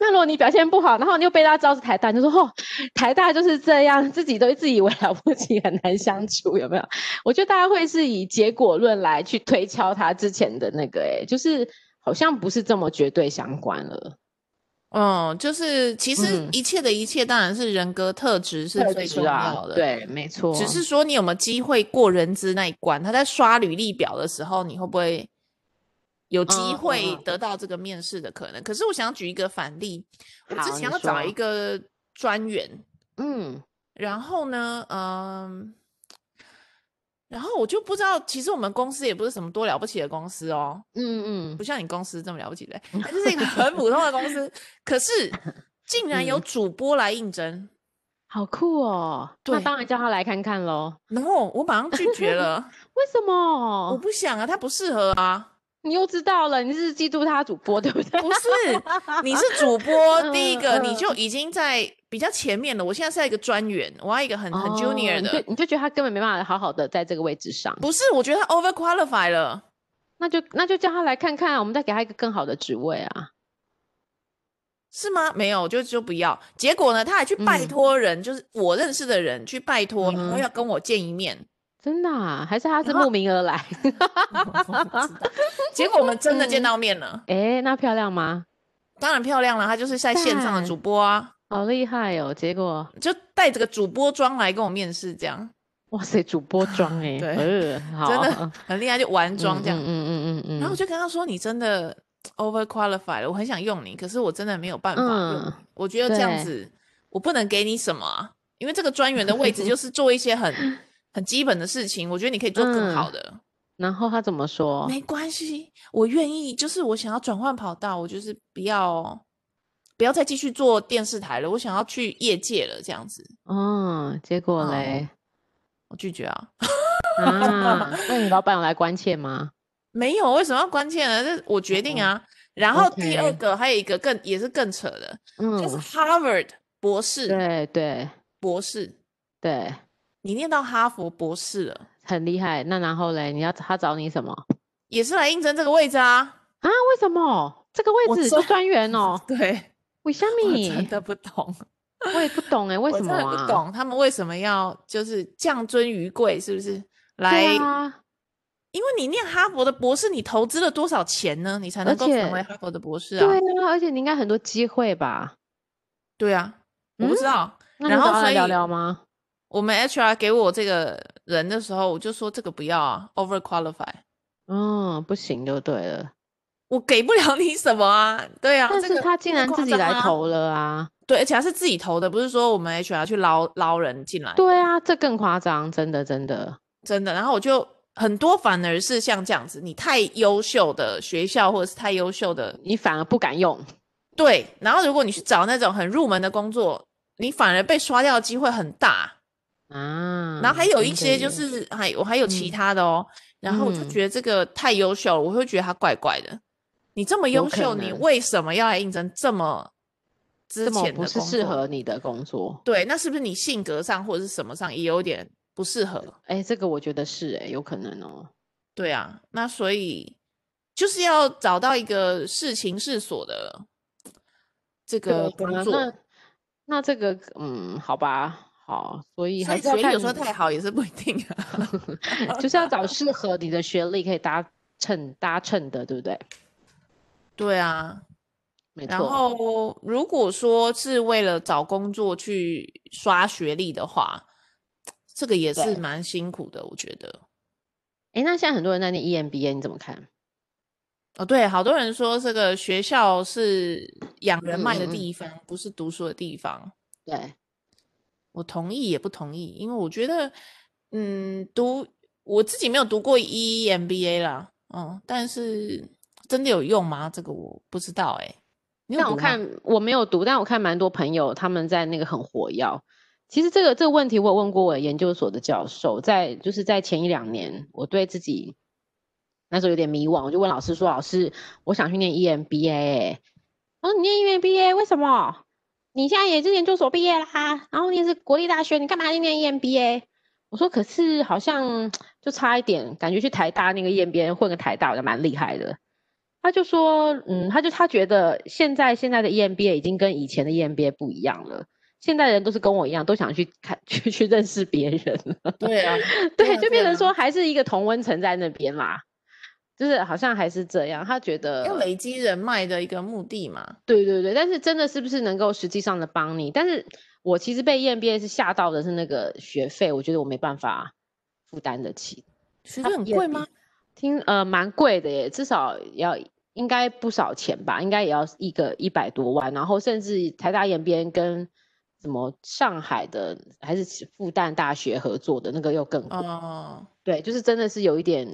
Speaker 1: 那如果你表现不好，然后你又被大家知道是台大，你就说哦，台大就是这样，自己都自以为了不起，很难相处，有没有？ 我觉得大家会是以结果论来去推敲他之前的那个、欸，就是好像不是这么绝对相关了。
Speaker 2: 嗯，就是其实
Speaker 1: 嗯
Speaker 2: 一切的一切当然是人格特质是
Speaker 1: 特
Speaker 2: 最
Speaker 1: 质
Speaker 2: 重
Speaker 1: 啊
Speaker 2: 要的，，
Speaker 1: 对，没错，
Speaker 2: 只是说你有没有机会过人资那一关。他在刷履历表的时候，你会不会有机
Speaker 1: 嗯
Speaker 2: 会
Speaker 1: 嗯
Speaker 2: 得到这个面试的可能？可是我想举一个反例，我之
Speaker 1: 好
Speaker 2: 前
Speaker 1: 你
Speaker 2: 要找
Speaker 1: 说
Speaker 2: 一个专员，
Speaker 1: 嗯，
Speaker 2: 然后呢，嗯，然后我就不知道，其实我们公司也不是什么多了不起的公司哦，
Speaker 1: 嗯嗯
Speaker 2: 不像你公司这么了 不起的，它就是一个很普通的公司。可是竟然有
Speaker 1: 嗯
Speaker 2: 主播来应征，
Speaker 1: 好酷哦！那
Speaker 2: 对
Speaker 1: 当然叫他来看看喽。
Speaker 2: 然后我马上拒绝了，
Speaker 1: 为什
Speaker 2: 我
Speaker 1: 么？
Speaker 2: 不想啊，他不适合啊。
Speaker 1: 你又知道了，你是记住他主播对不对？
Speaker 2: 不是，你是主播，第一
Speaker 1: 嗯
Speaker 2: 个
Speaker 1: 嗯
Speaker 2: 你就已经在比较前面了。我现在是在一个专员，我要一个很很
Speaker 1: 哦
Speaker 2: junior
Speaker 1: 你就
Speaker 2: 的，
Speaker 1: 你就觉得他根本没办法好好的在这个位置上，
Speaker 2: 不是，我觉得他 over qualify 了。
Speaker 1: 那就那就叫他来看看啊，我们再给他一个更好的职位啊。
Speaker 2: 是吗？没有，就就不要。结果呢，他还去拜
Speaker 1: 嗯
Speaker 2: 托人，就是我认识的人去拜托，然后
Speaker 1: 嗯
Speaker 2: 要跟我见一面。
Speaker 1: 真的、啊，还是他是
Speaker 2: 然后
Speaker 1: 慕名而来？
Speaker 2: 我不知道结果我们真的见
Speaker 1: 嗯
Speaker 2: 到面了，
Speaker 1: 哎，那漂亮吗？
Speaker 2: 当然漂亮了。他就是在线上的主
Speaker 1: 赞
Speaker 2: 播啊，
Speaker 1: 好厉害哦！结果，
Speaker 2: 就带着个主播装来跟我面试，这样
Speaker 1: 哇塞，主播 装哎、
Speaker 2: 对
Speaker 1: 呃，好，
Speaker 2: 真的很厉害，就玩装这样
Speaker 1: 嗯。嗯嗯嗯嗯，
Speaker 2: 然后我就跟他说：“你真的 over qualified 了，我很想用你，可是我真的没有办法用你
Speaker 1: 嗯
Speaker 2: 我觉得这样
Speaker 1: 对
Speaker 2: 子，我不能给你什么啊、因为这个专员的位置就是做一些很 很基本的事情，我觉得你可以做更好
Speaker 1: 嗯
Speaker 2: 的。
Speaker 1: 然后他怎么说？
Speaker 2: 没关系，我愿意，就是我想要转换跑道，我就是不要不要再继续做电视台了，我想要去业界了，这样子。”
Speaker 1: 嗯，结果
Speaker 2: 嗯
Speaker 1: 嘞，
Speaker 2: 我拒绝啊，
Speaker 1: 啊，那你老板有来关切 吗？
Speaker 2: 没有，为什么要关键呢？这我决定
Speaker 1: 哦
Speaker 2: 啊。然后第二
Speaker 1: OK
Speaker 2: 个还有一个更也是更扯的，
Speaker 1: 嗯
Speaker 2: 就是，Harvard 博士，
Speaker 1: 对对
Speaker 2: 博士，
Speaker 1: 对，
Speaker 2: 你念到哈佛博士了，
Speaker 1: 很厉害。那然后嘞，你要他找你什么
Speaker 2: 也是来应征这个位置啊？
Speaker 1: 啊？为什么这个
Speaker 2: 我
Speaker 1: 位置
Speaker 2: 真？
Speaker 1: 做专员哦
Speaker 2: 对，
Speaker 1: 为什
Speaker 2: 我
Speaker 1: 么
Speaker 2: 真？的不懂，
Speaker 1: 我也不懂哎，为
Speaker 2: 我
Speaker 1: 什
Speaker 2: 真
Speaker 1: 么
Speaker 2: 的
Speaker 1: 啊？
Speaker 2: 不懂他们为什么要就是降尊于贵，是不是？来，
Speaker 1: 对啊，
Speaker 2: 因为你念哈佛的博士，你投资了多少钱呢？你才
Speaker 1: 而
Speaker 2: 能够成为
Speaker 1: 且
Speaker 2: 哈佛的博士啊？
Speaker 1: 对啊，而且你应该很多机会吧？
Speaker 2: 对啊，我不知道。
Speaker 1: 那
Speaker 2: 然
Speaker 1: 你找
Speaker 2: 后
Speaker 1: 他
Speaker 2: 所
Speaker 1: 来
Speaker 2: 以
Speaker 1: 聊聊吗？
Speaker 2: 我们 HR 给我这个人的时候，我就说这个不要啊，over qualify，
Speaker 1: 嗯，不行就对了。
Speaker 2: 我给不了你什么啊。对啊，
Speaker 1: 但
Speaker 2: 这
Speaker 1: 是
Speaker 2: 个
Speaker 1: 他竟
Speaker 2: 这个
Speaker 1: 然
Speaker 2: 夸
Speaker 1: 自己
Speaker 2: 张
Speaker 1: 来
Speaker 2: 啊
Speaker 1: 投了啊！
Speaker 2: 对，而且他是自己投的，不是说我们 HR 去捞捞人进来，
Speaker 1: 对啊，这更夸张，真的真的。
Speaker 2: 真的。然后我就很多反而是像这样子，你太优秀的学校或者是太优秀的
Speaker 1: 你反而不敢用，
Speaker 2: 对，然后如果你去找那种很入门的工作，你反而被刷掉的机会很大。
Speaker 1: 啊，
Speaker 2: 然后还有一
Speaker 1: 真的
Speaker 2: 些就
Speaker 1: 耶
Speaker 2: 是还我还有其
Speaker 1: 嗯
Speaker 2: 他的哦，然后我就
Speaker 1: 嗯
Speaker 2: 觉得这个太优秀了，我会觉得他怪怪的。你这么
Speaker 1: 有
Speaker 2: 优
Speaker 1: 可
Speaker 2: 秀，你
Speaker 1: 能
Speaker 2: 为什么要来应征这么之
Speaker 1: 这么
Speaker 2: 前的
Speaker 1: 不是
Speaker 2: 工
Speaker 1: 适
Speaker 2: 作
Speaker 1: 合你的工作。
Speaker 2: 对，那是不是你性格上或者是什么上也有点不适合？
Speaker 1: 哎，这个我觉得是哎，有可能哦。
Speaker 2: 对啊，那所以就是要找到一个事情事所的这个
Speaker 1: 对
Speaker 2: 工
Speaker 1: 啊
Speaker 2: 作。
Speaker 1: 那那这个嗯，好吧，好，所以
Speaker 2: 所
Speaker 1: 还
Speaker 2: 以
Speaker 1: 是要
Speaker 2: 学历
Speaker 1: 看
Speaker 2: 有时候太好也是不一定啊。
Speaker 1: 就是要找适合你的学历可以搭衬搭衬的，对不对？
Speaker 2: 对啊，
Speaker 1: 没
Speaker 2: 然
Speaker 1: 错。
Speaker 2: 后如果说是为了找工作去刷学历的话，这个也是
Speaker 1: 对
Speaker 2: 蛮辛苦的，我觉得。
Speaker 1: 哎，那现在很多人在念 EMBA，你怎么看？
Speaker 2: 哦，对，好多人说这个学校是养人脉
Speaker 1: 嗯
Speaker 2: 的
Speaker 1: 嗯嗯
Speaker 2: 地方，不是读书的地方。
Speaker 1: 对，
Speaker 2: 我同意也不同意，因为我觉得，嗯，读我自己没有读过 EMBA 啦，嗯，但是真的有用吗？这个我不知道哎、你有
Speaker 1: 但我
Speaker 2: 读吗
Speaker 1: 看我没有读，但我看蛮多朋友他们在那个很火药。其实这个这个问题，我有问过我研究所的教授，在就是在前一两年，我对自己那时候有点迷惘，我就问老师说：“老师，我想去念 EMBA、欸。”他说：“你念 E EMBA 为什么？你现在也是研究所毕业啦，然后你也是国立大学，你干嘛去念 E EMBA？” 我说：“可是好像就差一点，感觉去台大那个 E EMBA 混个台大，我觉得蛮厉害的。”他就说，嗯，他就他觉得现在现在的 E EMBA 已经跟以前的 E EMBA 不一样了，现在人都是跟我一样，都想去看 去去认识别人了，
Speaker 2: 对啊，对
Speaker 1: 对，
Speaker 2: 啊
Speaker 1: 就变成，
Speaker 2: 对
Speaker 1: 说
Speaker 2: 啊
Speaker 1: 还是一个同温层在那边啦，就是好像还是这样，他觉得
Speaker 2: 要累积人脉的一个目的嘛。
Speaker 1: 对对对，但是真的是不是能够实际上的帮你？但是我其实被 EMBA 是吓到的是那个学费，我觉得我没办法负担得起，
Speaker 2: 学
Speaker 1: 它
Speaker 2: 费很
Speaker 1: 也
Speaker 2: 贵
Speaker 1: 比
Speaker 2: 吗？
Speaker 1: 听呃蛮贵的耶，至少也要应该不少钱吧，应该也要一个一百多万，然后甚至台大延边跟什么上海的还是复旦大学合作的那个又更贵，
Speaker 2: 哦，
Speaker 1: 对，就是真的是有一点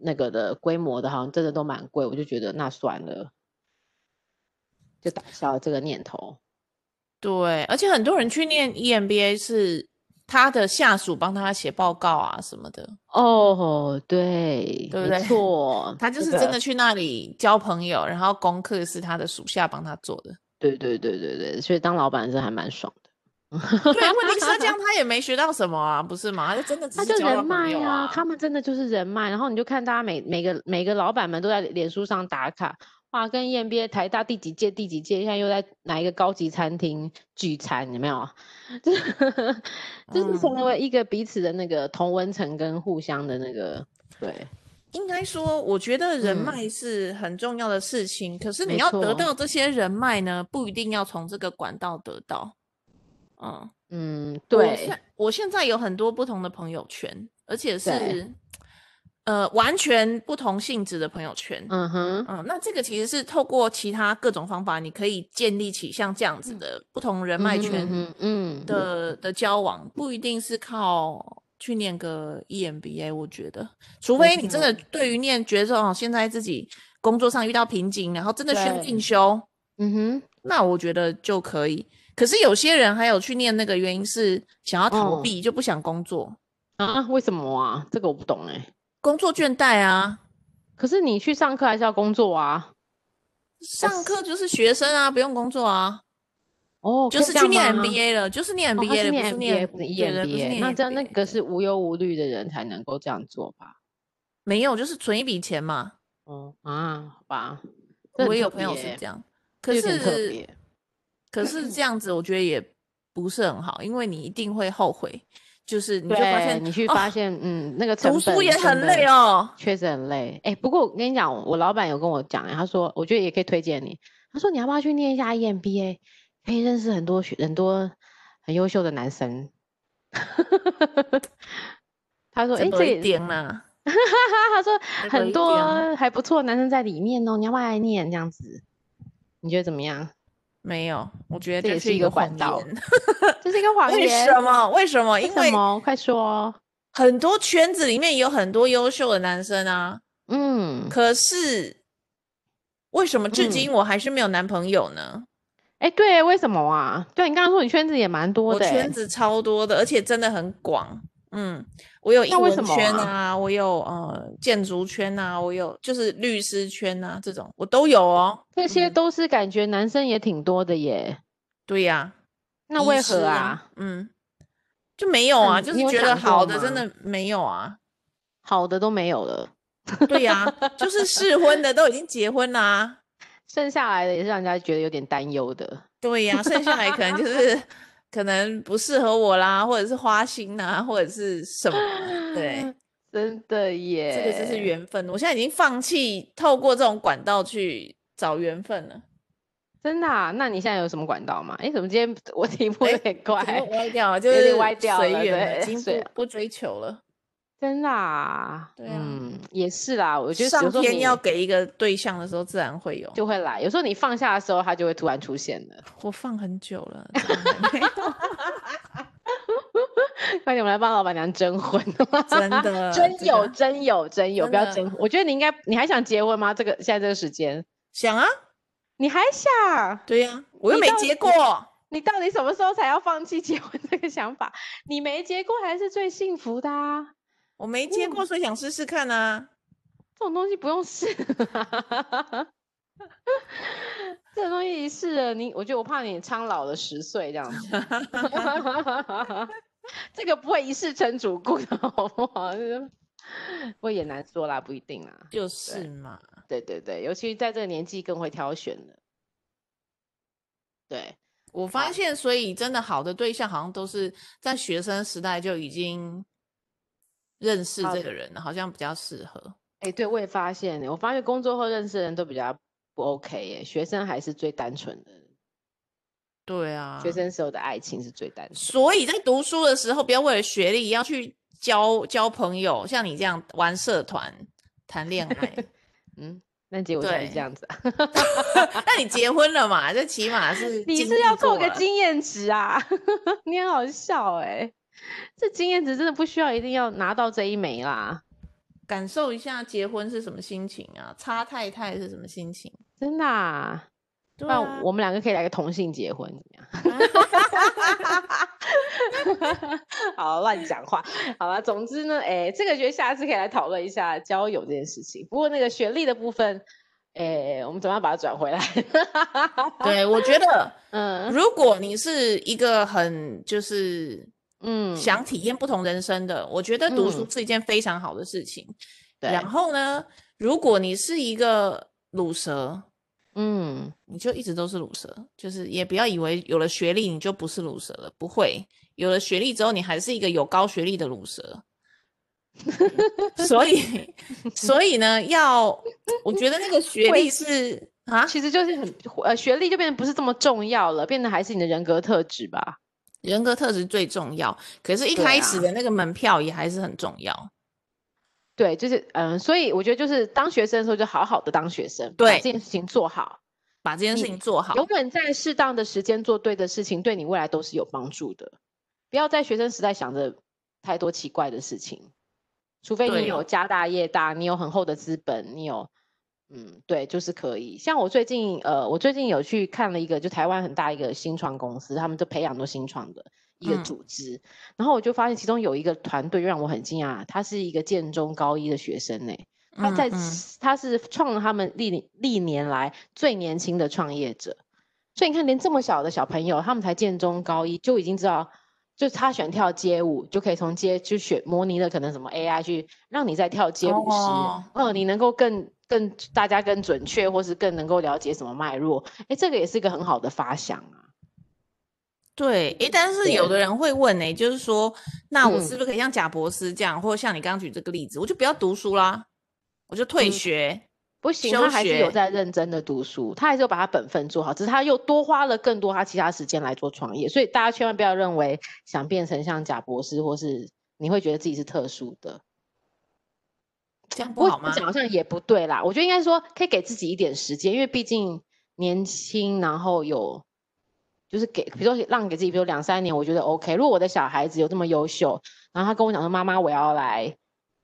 Speaker 1: 那个的规模的，好像真的都蛮贵，我就觉得那算了，就打消了这个念头。
Speaker 2: E 对，而且很多人去念 EMBA 是他的下属帮他写报告啊什么的，
Speaker 1: 哦，对，
Speaker 2: 对不
Speaker 1: 没
Speaker 2: 对
Speaker 1: 错，
Speaker 2: 他就是
Speaker 1: 这
Speaker 2: 真
Speaker 1: 个
Speaker 2: 的去那里交朋友，然后功课是他的属下帮他做的。
Speaker 1: 对对对对对，所以当老板是还蛮爽的。
Speaker 2: 对，问题是 他这样他也没学到什么啊，不是吗？他就真的只
Speaker 1: 他
Speaker 2: 是
Speaker 1: 就
Speaker 2: 交到
Speaker 1: 人
Speaker 2: 朋
Speaker 1: 脉
Speaker 2: 友
Speaker 1: 啊，他们真的就是人脉。然后你就看大家每每个每个老板们都在脸书上打卡，哇，跟 EMBA 台大第几届第几届，现在又在哪一个高级餐厅聚餐，有没有？ 这就是成
Speaker 2: 嗯
Speaker 1: 为一个彼此的那个同温层跟互相的那个对，
Speaker 2: 应该说，我觉得人
Speaker 1: 嗯
Speaker 2: 脉是很重要的事情，可是
Speaker 1: 没
Speaker 2: 你要
Speaker 1: 错
Speaker 2: 得到这些人脉呢，不一定要从这个管道得到。嗯，
Speaker 1: 嗯
Speaker 2: 我
Speaker 1: 对，
Speaker 2: 现我现在有很多不同的朋友圈，而且
Speaker 1: 对
Speaker 2: 是呃完全不同性质的朋友圈。
Speaker 1: 嗯哼，
Speaker 2: 嗯，那这个其实是透过其他各种方法，你可以建立起像这样子的不同人脉
Speaker 1: 嗯哼
Speaker 2: 圈
Speaker 1: 嗯嗯
Speaker 2: 的、的交往，不一定是靠去念个 E EMBA。我觉得，除非你真的对于念觉得说哦，现在自己工作上遇到瓶颈，然后真的需要
Speaker 1: 对
Speaker 2: 进修，
Speaker 1: 嗯哼，
Speaker 2: 那我觉得就可以。可是有些人还有去念那个原因是想要逃
Speaker 1: 哦
Speaker 2: 避，就不想工作，
Speaker 1: 啊，为什么啊？这个我不懂哎、
Speaker 2: 工作倦怠啊。
Speaker 1: 可是你去上课还是要工作啊？
Speaker 2: 上课就是学生啊，不用工作啊。
Speaker 1: 哦，
Speaker 2: 就
Speaker 1: 可以
Speaker 2: 是
Speaker 1: 这
Speaker 2: 去
Speaker 1: 样
Speaker 2: 念
Speaker 1: 吗
Speaker 2: MBA 了，就是念
Speaker 1: 哦
Speaker 2: MBA
Speaker 1: 他是
Speaker 2: 了，
Speaker 1: 念
Speaker 2: 不是念
Speaker 1: MBA 不是
Speaker 2: 对对不是
Speaker 1: EMBA，
Speaker 2: 念
Speaker 1: 那这样那
Speaker 2: MBA
Speaker 1: 个是无忧无虑的人才能够这样做吧？
Speaker 2: 没有，就是存一笔钱嘛。
Speaker 1: 哦啊，好吧，这
Speaker 2: 我
Speaker 1: 很
Speaker 2: 也有
Speaker 1: 特
Speaker 2: 朋友
Speaker 1: 别
Speaker 2: 是这样，
Speaker 1: 这有
Speaker 2: 可
Speaker 1: 点特
Speaker 2: 是
Speaker 1: 别
Speaker 2: 可是这样子，我觉得也不是很好，因为你一定会后悔，就是你就发现
Speaker 1: 对你去
Speaker 2: 哦
Speaker 1: 发现，嗯，那个成
Speaker 2: 读
Speaker 1: 本
Speaker 2: 书也
Speaker 1: 成
Speaker 2: 很累
Speaker 1: 本
Speaker 2: 哦。
Speaker 1: 确实很累。哎、不过我跟你讲，我老板有跟我讲、欸，他说我觉得也可以推荐你。他说你要不要去念一下 E EMBA，可以认识很多学很多很优秀的男生。 他说：“哎、
Speaker 2: 这
Speaker 1: 这
Speaker 2: 多一
Speaker 1: 也
Speaker 2: 点啦，
Speaker 1: 他说
Speaker 2: 再多
Speaker 1: 很
Speaker 2: 一点啊
Speaker 1: 多还不错的男生在里面哦，你要不要来念这样子？你觉得怎么样？
Speaker 2: 没有，我觉得
Speaker 1: 这也
Speaker 2: 就是
Speaker 1: 一
Speaker 2: 一
Speaker 1: 个
Speaker 2: 谎
Speaker 1: 管道
Speaker 2: 言
Speaker 1: 这是一个谎
Speaker 2: 为
Speaker 1: 言。
Speaker 2: 什么？为什么？
Speaker 1: 为
Speaker 2: 因
Speaker 1: 什
Speaker 2: 为
Speaker 1: 么？快说。
Speaker 2: 很多圈子里面有很多优秀的男生啊，
Speaker 1: 嗯，
Speaker 2: 可是为什么至
Speaker 1: 嗯
Speaker 2: 今我还是没有男朋友呢？
Speaker 1: 哎、对，为什么啊？对你刚刚说你圈子也蛮多
Speaker 2: 我
Speaker 1: 的、欸
Speaker 2: 圈，子超多的，而且真的很广。嗯，我有
Speaker 1: 那
Speaker 2: 英
Speaker 1: 为
Speaker 2: 文
Speaker 1: 什么
Speaker 2: 圈
Speaker 1: 啊
Speaker 2: 啊，我有呃建筑圈啊，我有就是律师圈啊，这种我都有哦。
Speaker 1: 这些
Speaker 2: 嗯
Speaker 1: 都是感觉男生也挺多的耶。
Speaker 2: 对呀、
Speaker 1: 那
Speaker 2: 医
Speaker 1: 为
Speaker 2: 师
Speaker 1: 何啊？？
Speaker 2: 嗯，就没有啊，
Speaker 1: 嗯
Speaker 2: 就
Speaker 1: 你
Speaker 2: 是
Speaker 1: 有
Speaker 2: 觉得
Speaker 1: 想过
Speaker 2: 好的真
Speaker 1: 吗
Speaker 2: 的没有啊。
Speaker 1: 好的都没有了，
Speaker 2: 对呀、就是适婚的都已经结婚啦、
Speaker 1: 剩下来的也是让人家觉得有点担忧的。
Speaker 2: 对呀、剩下来可能就是可能不适合我啦，或者是花心啊，或者是什么的，对。
Speaker 1: 真的耶，
Speaker 2: 这个真是缘分。我现在已经放弃透过这种管道去找缘分 了。
Speaker 1: 真的、啊。那你现在有什么管道吗？哎、怎么今天我题目
Speaker 2: 哎
Speaker 1: 有点怪？
Speaker 2: 题目歪掉了，就
Speaker 1: 有点
Speaker 2: 是
Speaker 1: 歪掉
Speaker 2: 随
Speaker 1: 了
Speaker 2: 缘了，
Speaker 1: 对啊
Speaker 2: 已经
Speaker 1: 随
Speaker 2: 不不追求了。
Speaker 1: 真的啊，
Speaker 2: 对啊
Speaker 1: 嗯，也是啦。我觉得有
Speaker 2: 上
Speaker 1: 时候
Speaker 2: 天
Speaker 1: 你
Speaker 2: 要给一个对象的时候，自然会有。
Speaker 1: 就会来，有时候你放下的时候，它就会突然出现了。
Speaker 2: 我放很久了，怎么还没有
Speaker 1: 快点，我们来帮老板娘征婚，
Speaker 2: 真的
Speaker 1: 真有，
Speaker 2: 的
Speaker 1: 真有，真有，
Speaker 2: 真
Speaker 1: 不要
Speaker 2: 的
Speaker 1: 征。我觉得你应该，你还想结婚吗？这个现在这个时间，
Speaker 2: 想啊，
Speaker 1: 你还想？
Speaker 2: 对呀、我又
Speaker 1: 你
Speaker 2: 没
Speaker 1: 到
Speaker 2: 结过，
Speaker 1: 你到底什么时候才要放弃结婚这个想法？你没结过还是最幸福的啊！
Speaker 2: 我没结
Speaker 1: 嗯
Speaker 2: 过，所以想试试看啊。
Speaker 1: 这种东西不用试， 这种东西一试了，你我觉得我怕你苍老了十岁这样子。 这个不会一世成主顾的好不好？ 不过也难说啦，不一定啦。
Speaker 2: 就是嘛，
Speaker 1: 对对对，尤其在这个年纪更会挑选了。对，
Speaker 2: 我发现，所以真的好的对象，好像都是在学生时代就已经认识
Speaker 1: 好
Speaker 2: 这个人了，好像比较适合。
Speaker 1: 哎，对，我也发现，我发现工作后认识的人都比较不 OK 耶，学生还是最单纯的，
Speaker 2: 对啊，
Speaker 1: 学生时候的爱情是最单纯。
Speaker 2: 所以在读书的时候，不要为了学历要去交交朋友，像你这样玩社团、谈恋 爱。
Speaker 1: 嗯，那结果就是
Speaker 2: 对
Speaker 1: 这样子啊。
Speaker 2: 那你结婚了嘛？这起码是
Speaker 1: 你
Speaker 2: 经
Speaker 1: 是
Speaker 2: 历
Speaker 1: 要做
Speaker 2: 过
Speaker 1: 个
Speaker 2: 了
Speaker 1: 经验值啊？ 你很好笑哎、这经验值真的不需要一定要拿到这一枚啦，
Speaker 2: 感受一下结婚是什么心情啊？差太太是什么心情？
Speaker 1: 真的、啊。
Speaker 2: 对
Speaker 1: 那
Speaker 2: 啊
Speaker 1: 我们两个可以来个同性结婚怎么样？ 好乱讲话，好吧。总之呢，哎，这个觉得下次可以来讨论一下交友这件事情。不过那个学历的部分，哎，我们怎么样把它转回来？
Speaker 2: 对，我觉得
Speaker 1: 嗯
Speaker 2: 如果你是一个很就是
Speaker 1: 嗯，
Speaker 2: 想体验不同人生的，我觉得读书是一件非常好的事情。
Speaker 1: 对，
Speaker 2: 然后呢，如果你是一个卤蛇，
Speaker 1: 嗯
Speaker 2: 你就一直都是卤蛇，就是也不要以为有了学历你就不是卤蛇了，不会，有了学历之后你还是一个有高学历的 卤蛇。所以，所以呢，要我觉得那个学
Speaker 1: 会
Speaker 2: 历是啊，
Speaker 1: 其实就是很呃，学历就变得不是这么重要了，变得还是你的人格特质吧。
Speaker 2: 人格特质最重要，可是，一
Speaker 1: 对
Speaker 2: 开始
Speaker 1: 啊
Speaker 2: 的那个门票也还是很重要。
Speaker 1: 对，就是嗯，所以我觉得就是当学生的时候就好好的当学生，把
Speaker 2: 对
Speaker 1: 这件事情做好，
Speaker 2: 把这件事
Speaker 1: 你
Speaker 2: 情做好，
Speaker 1: 永远在适当的时间做对的事情，对你未来都是有帮助的。不要在学生时代想着太多奇怪的事情，除非你
Speaker 2: 对哦
Speaker 1: 有家大业大，你有很厚的资本，你有嗯，对，就是可以。像我最近呃，我最近有去看了一个就台湾很大一个新创公司，他们就培养很多新创的一个
Speaker 2: 嗯
Speaker 1: 组织，然后我就发现其中有一个团队让我很惊讶，他是一个建中高一的学生呢、他
Speaker 2: 嗯
Speaker 1: 在、
Speaker 2: 嗯
Speaker 1: 他是创了他们历年历年来最年轻的创业者，所以你看，连这么小的小朋友，他们才建中高一就已经知道，就是他喜欢跳街舞，就可以从街去学模拟的可能什么 AI 去让你在跳街舞时，
Speaker 2: 哦
Speaker 1: 哦、你能够更更大家更准确，或是更能够了解什么脉络，哎，这个也是一个很好的发想啊。
Speaker 2: 对，诶，但是有的人会问呢、就是说，那我是
Speaker 1: 嗯
Speaker 2: 不是可以像贾博士这样，或者像你刚刚举这个例子，我就不要读书啦，我就退
Speaker 1: 嗯
Speaker 2: 学，
Speaker 1: 不行，
Speaker 2: 休
Speaker 1: 他还是有
Speaker 2: 学
Speaker 1: 在认真的读书，他还是有把他本分做好，只是他又多花了更多他其他时间来做创业，所以大家千万不要认为想变成像贾博士，或是你会觉得自己是特殊的，
Speaker 2: 这样不
Speaker 1: 不
Speaker 2: 好
Speaker 1: 过
Speaker 2: 吗？
Speaker 1: 讲好像也不对啦，我觉得应该说可以给自己一点时间，因为毕竟年轻，然后有就是给，比如说让给自己，比如两三年，我觉得 OK。如果我的小孩子有这么优秀，然后他跟我讲说妈妈我要来，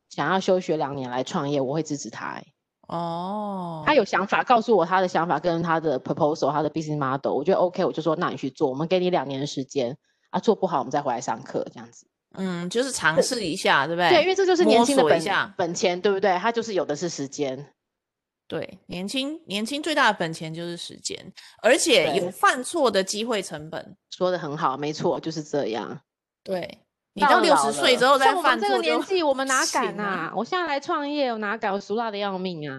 Speaker 1: 想要休学两年来创业，我会支持他、欸。
Speaker 2: 哦，
Speaker 1: 他有想法，告诉我他的想法跟他的 proposal，他的 business model，我觉得 OK，我就说那你去做，我们给你两年的时间啊，做不好我们再回来上课这样子。
Speaker 2: 嗯，就是尝试一下，对不
Speaker 1: 对，因为这就是年
Speaker 2: 摸
Speaker 1: 轻的
Speaker 2: 索一
Speaker 1: 本
Speaker 2: 下
Speaker 1: 本钱，对不对？他就是有的是时间。
Speaker 2: 对，年轻年轻最大的本钱就是时间，而且有
Speaker 1: 对
Speaker 2: 犯错的机会成本。
Speaker 1: 说的很好，没错，就是这样。
Speaker 2: 对，你到六十岁之后再
Speaker 1: 像我
Speaker 2: 犯
Speaker 1: 们这个
Speaker 2: 错就
Speaker 1: 年纪，我们哪敢
Speaker 2: 行啊
Speaker 1: 啊？我现在来创业，我哪敢？我俗辣的要命啊！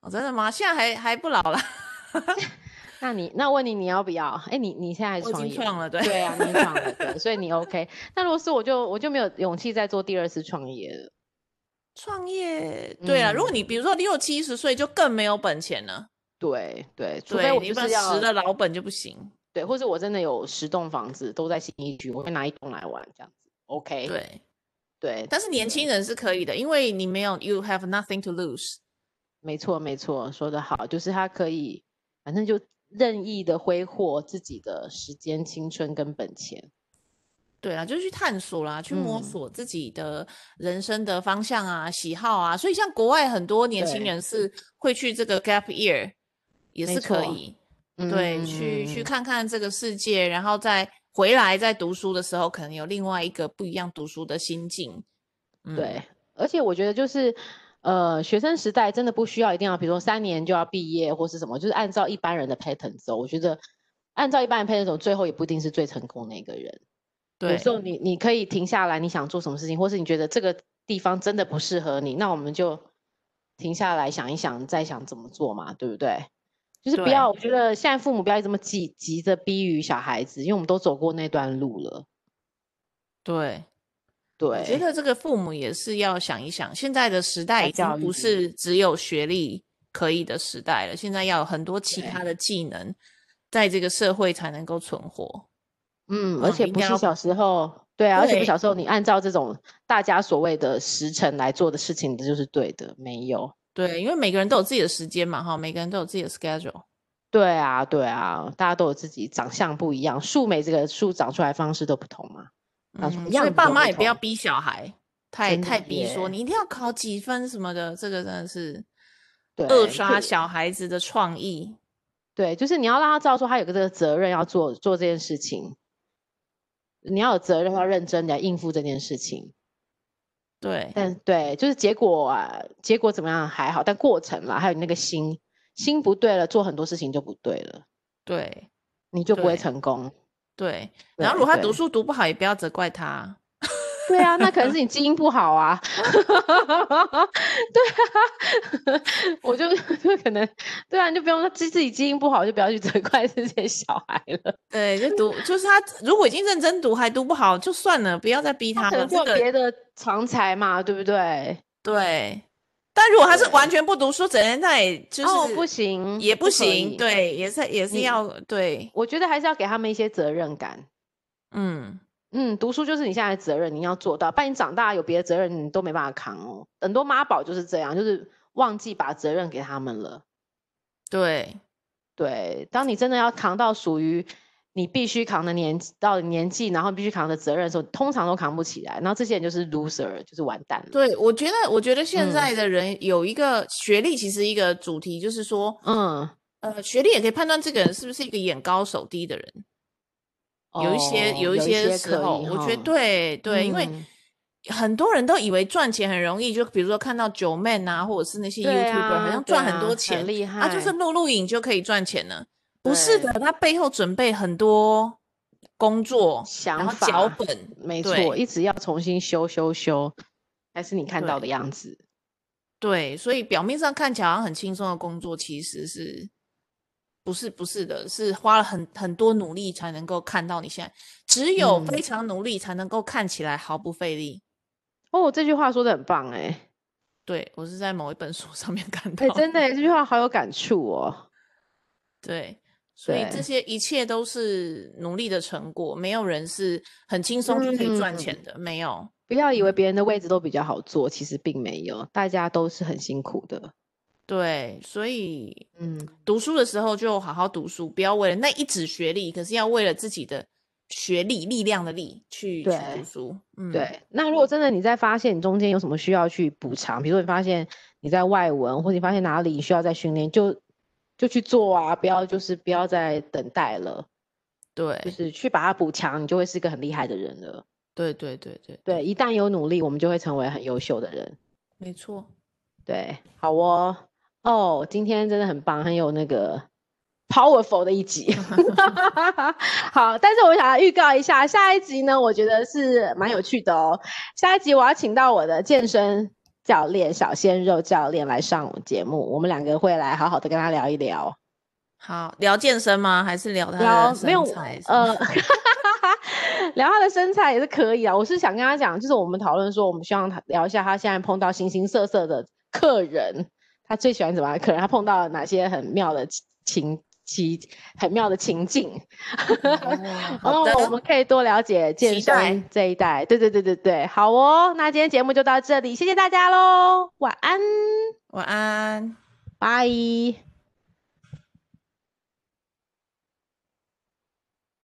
Speaker 2: 哦，真的吗？现在还还不老啦，
Speaker 1: 那你那问你，你要不要？哎，你你现在还
Speaker 2: 我已
Speaker 1: 创
Speaker 2: 经
Speaker 1: 业？
Speaker 2: 创了，对，
Speaker 1: 对啊，你创了，对，所以你 OK。那如果是我就我就没有勇气再做第二次创业了。
Speaker 2: 创业，对啊，如果
Speaker 1: 嗯
Speaker 2: 你比如说六七十岁，就更没有本钱了。
Speaker 1: 对对，除非
Speaker 2: 对，
Speaker 1: 我
Speaker 2: 你
Speaker 1: 就
Speaker 2: 不能
Speaker 1: 是要
Speaker 2: 实的老本就不行。
Speaker 1: 对，或者我真的有十栋房子都在新一区，我会拿一栋来玩这样子。OK，
Speaker 2: 对，
Speaker 1: 对，
Speaker 2: 但是年轻人是可以的，因为你没有 you have nothing to lose。
Speaker 1: 没错，没错，说得好，就是他可以，反正就任意的挥霍自己的时间、青春跟本钱。
Speaker 2: 对啊，就是去探索啦，去摸
Speaker 1: 嗯
Speaker 2: 索自己的人生的方向啊、喜好啊。所以像国外很多年轻
Speaker 1: 对
Speaker 2: 人是会去这个 gap year，也
Speaker 1: 没
Speaker 2: 是可
Speaker 1: 错
Speaker 2: 以。对，去去
Speaker 1: 嗯，
Speaker 2: 看看这个世界，然后再回来再读书的时候，可能有另外一个不一样读书的心境。嗯
Speaker 1: 对，而且我觉得就是，呃，学生时代真的不需要一定要，比如说三年就要毕业或是什么，就是按照一般人的 pattern 走。我觉得按照一般人 pattern 走，最后也不一定是最成功的那个人。有
Speaker 2: 对
Speaker 1: 时候你你可以停下来，你想做什么事情，或是你觉得这个地方真的不适合你，那我们就停下来想一想，再想怎么做嘛，对不对？就是不
Speaker 2: 对
Speaker 1: 要，我觉得现在父母不要这么急急着逼于小孩子，因为我们都走过那段路了。
Speaker 2: 对，
Speaker 1: 对，
Speaker 2: 我觉得这个父母也是要想一想，现在的时代
Speaker 1: 来
Speaker 2: 已经
Speaker 1: 教
Speaker 2: 不
Speaker 1: 育
Speaker 2: 是只有学历可以的时代了，现在要有很多其
Speaker 1: 对
Speaker 2: 他的技能，在这个社会才能够存活。
Speaker 1: 嗯，而
Speaker 2: 嗯
Speaker 1: 且
Speaker 2: 应
Speaker 1: 不
Speaker 2: 该
Speaker 1: 是
Speaker 2: 要
Speaker 1: 小时候，对啊，而且不
Speaker 2: 对
Speaker 1: 小时候你按照这种大家所谓的时辰来做的事情，这就是对的，没有。
Speaker 2: 对，因为每个人都有自己的时间嘛，哈，每个人都有自己的 schedule。
Speaker 1: 对啊，对啊，大家都有自己长相不一样，树莓这个树长出来方式都不同嘛。长什么
Speaker 2: 嗯，所
Speaker 1: 样
Speaker 2: 以
Speaker 1: 子
Speaker 2: 爸
Speaker 1: 都
Speaker 2: 妈
Speaker 1: 不
Speaker 2: 也不要
Speaker 1: 同
Speaker 2: 逼小孩太
Speaker 1: 真的
Speaker 2: 太逼说
Speaker 1: 耶
Speaker 2: 你一定要考几分什么的，这个真的是
Speaker 1: 对，
Speaker 2: 扼
Speaker 1: 就
Speaker 2: 杀小孩子的创意。
Speaker 1: 对，就是你要让他知道说他有个这个责任要做做这件事情。你要有责任，要认真的应付这件事情。
Speaker 2: 对，
Speaker 1: 但对，就是结果啊，结果怎么样还好，但过程啦，还有你那个心，心不对了，做很多事情就不对了，
Speaker 2: 对，
Speaker 1: 你就不会
Speaker 2: 对
Speaker 1: 成功。
Speaker 2: 对。然后
Speaker 1: 对
Speaker 2: 如果他读
Speaker 1: 对
Speaker 2: 书读不好，也不要责怪他。
Speaker 1: 对啊，那可能是你基因不好啊。 对啊，我就 就可能对啊，你就不用自自己基因不好，就不要去责怪这些小孩了。
Speaker 2: 对，就 读就是他如果已经认真读还读不好，就算了，不要再逼他
Speaker 1: 可
Speaker 2: 了。
Speaker 1: 能
Speaker 2: 啊这
Speaker 1: 就有
Speaker 2: 个
Speaker 1: 别的常才嘛，对不对？
Speaker 2: 对，但如果他是完全不读书，整天在就是、
Speaker 1: 哦，不行，
Speaker 2: 也
Speaker 1: 可
Speaker 2: 不行，
Speaker 1: 以。嗯
Speaker 2: 对，也是也是
Speaker 1: 你
Speaker 2: 要对，
Speaker 1: 我觉得还是要给他们一些责任感。
Speaker 2: 嗯，
Speaker 1: 嗯，读书就是你现在的责任，你要做到。不然你长大有别的责任，你都没办法扛哦。很多妈宝就是这样，就是忘记把责任给他们了。
Speaker 2: 对，
Speaker 1: 对，当你真的要扛到属于你必须扛的年纪到年纪，然后必须扛的责任的时候，通常都扛不起来。然后这些人就是 loser，就是完蛋了。
Speaker 2: 对，我觉得，我觉得
Speaker 1: 嗯
Speaker 2: 现在的人有一个学历，其实一个主题就是说，
Speaker 1: 嗯，
Speaker 2: 呃，学历也可以判断这个人是不是一个眼高手低的人。有一些、
Speaker 1: 哦
Speaker 2: 有一些时
Speaker 1: 可
Speaker 2: 候，
Speaker 1: 以
Speaker 2: 我觉得
Speaker 1: 哈，
Speaker 2: 对对，因为
Speaker 1: 嗯
Speaker 2: 很多人都以为赚钱很容易，就比如说看到九妹啊，或者是那些 YouTuber，、
Speaker 1: 啊、
Speaker 2: 好像
Speaker 1: 对
Speaker 2: 赚很
Speaker 1: 啊
Speaker 2: 多钱
Speaker 1: 厉
Speaker 2: 啊
Speaker 1: 害
Speaker 2: 就是录录影就可以赚钱了。不是的，
Speaker 1: 对
Speaker 2: 他背后准备很多工作，然
Speaker 1: 想
Speaker 2: 后脚
Speaker 1: 法
Speaker 2: 本，
Speaker 1: 没
Speaker 2: 对
Speaker 1: 错，一直要重新修修修，还是你看到的
Speaker 2: 对
Speaker 1: 样子。
Speaker 2: 对，所以表面上看起来好像很轻松的工作，其实是不是不是的，是花了很很多努力才能够看到你现在，只有
Speaker 1: 嗯
Speaker 2: 非常努力才能够看起来毫不费力。
Speaker 1: 哦，这句话说的很棒 哎、欸，
Speaker 2: 对我是在某一本书 上面看到
Speaker 1: 哎、
Speaker 2: 的，
Speaker 1: 真的、欸、这句话好有感触哦。
Speaker 2: 对，所以这
Speaker 1: 对
Speaker 2: 些一切都是努力的成果，没有人是很轻松就可以赚
Speaker 1: 嗯
Speaker 2: 钱的，没有。
Speaker 1: 不要以为别人的位置都比较好做，其实并没有，大家都是很辛苦的。
Speaker 2: 对，所以
Speaker 1: 嗯，
Speaker 2: 读书的时候就好好读书，不要为了那一纸学历，可是要为了自己的学历力量的力去去
Speaker 1: 对
Speaker 2: 读书。嗯，
Speaker 1: 对。那如果真的你在发现你中间有什么需要去补偿，比如说你发现你在外文，或者你发现哪里需要再训练，就就去做啊，不要就是不要再等待了，就
Speaker 2: 对
Speaker 1: 是去把它补强，你就会是个很厉害的人了。
Speaker 2: 对对对对
Speaker 1: 对，，一旦有努力，我们就会成为很优秀的人。
Speaker 2: 没错。
Speaker 1: 对，好哦，哦，今天真的很棒，很有那个 powerful 的一集。好，但是我想要预告一下，下一集呢，我觉得是蛮有趣的哦。下一集我要请到我的健身教练小鲜肉教练来上我节目，我们两个会来好好的跟他聊一聊。
Speaker 2: 好，聊健身吗？还是聊他
Speaker 1: 聊
Speaker 2: 的
Speaker 1: 没有
Speaker 2: 身材什么
Speaker 1: 呃， 聊他的身材也是可以啊。我是想跟他讲，就是我们讨论说，我们希望他聊一下他现在碰到形形色色的客人，他最喜欢怎么样的客人，他碰到了哪些很妙的情情很妙的情境。
Speaker 2: 哦
Speaker 1: 然后
Speaker 2: 好的，
Speaker 1: 呃我们可以多了解健
Speaker 2: 期待
Speaker 1: 身这一代。对对对对对，好哦。那今天节目就到这里，谢谢大家喽，晚安，
Speaker 2: 晚安。
Speaker 1: 拜。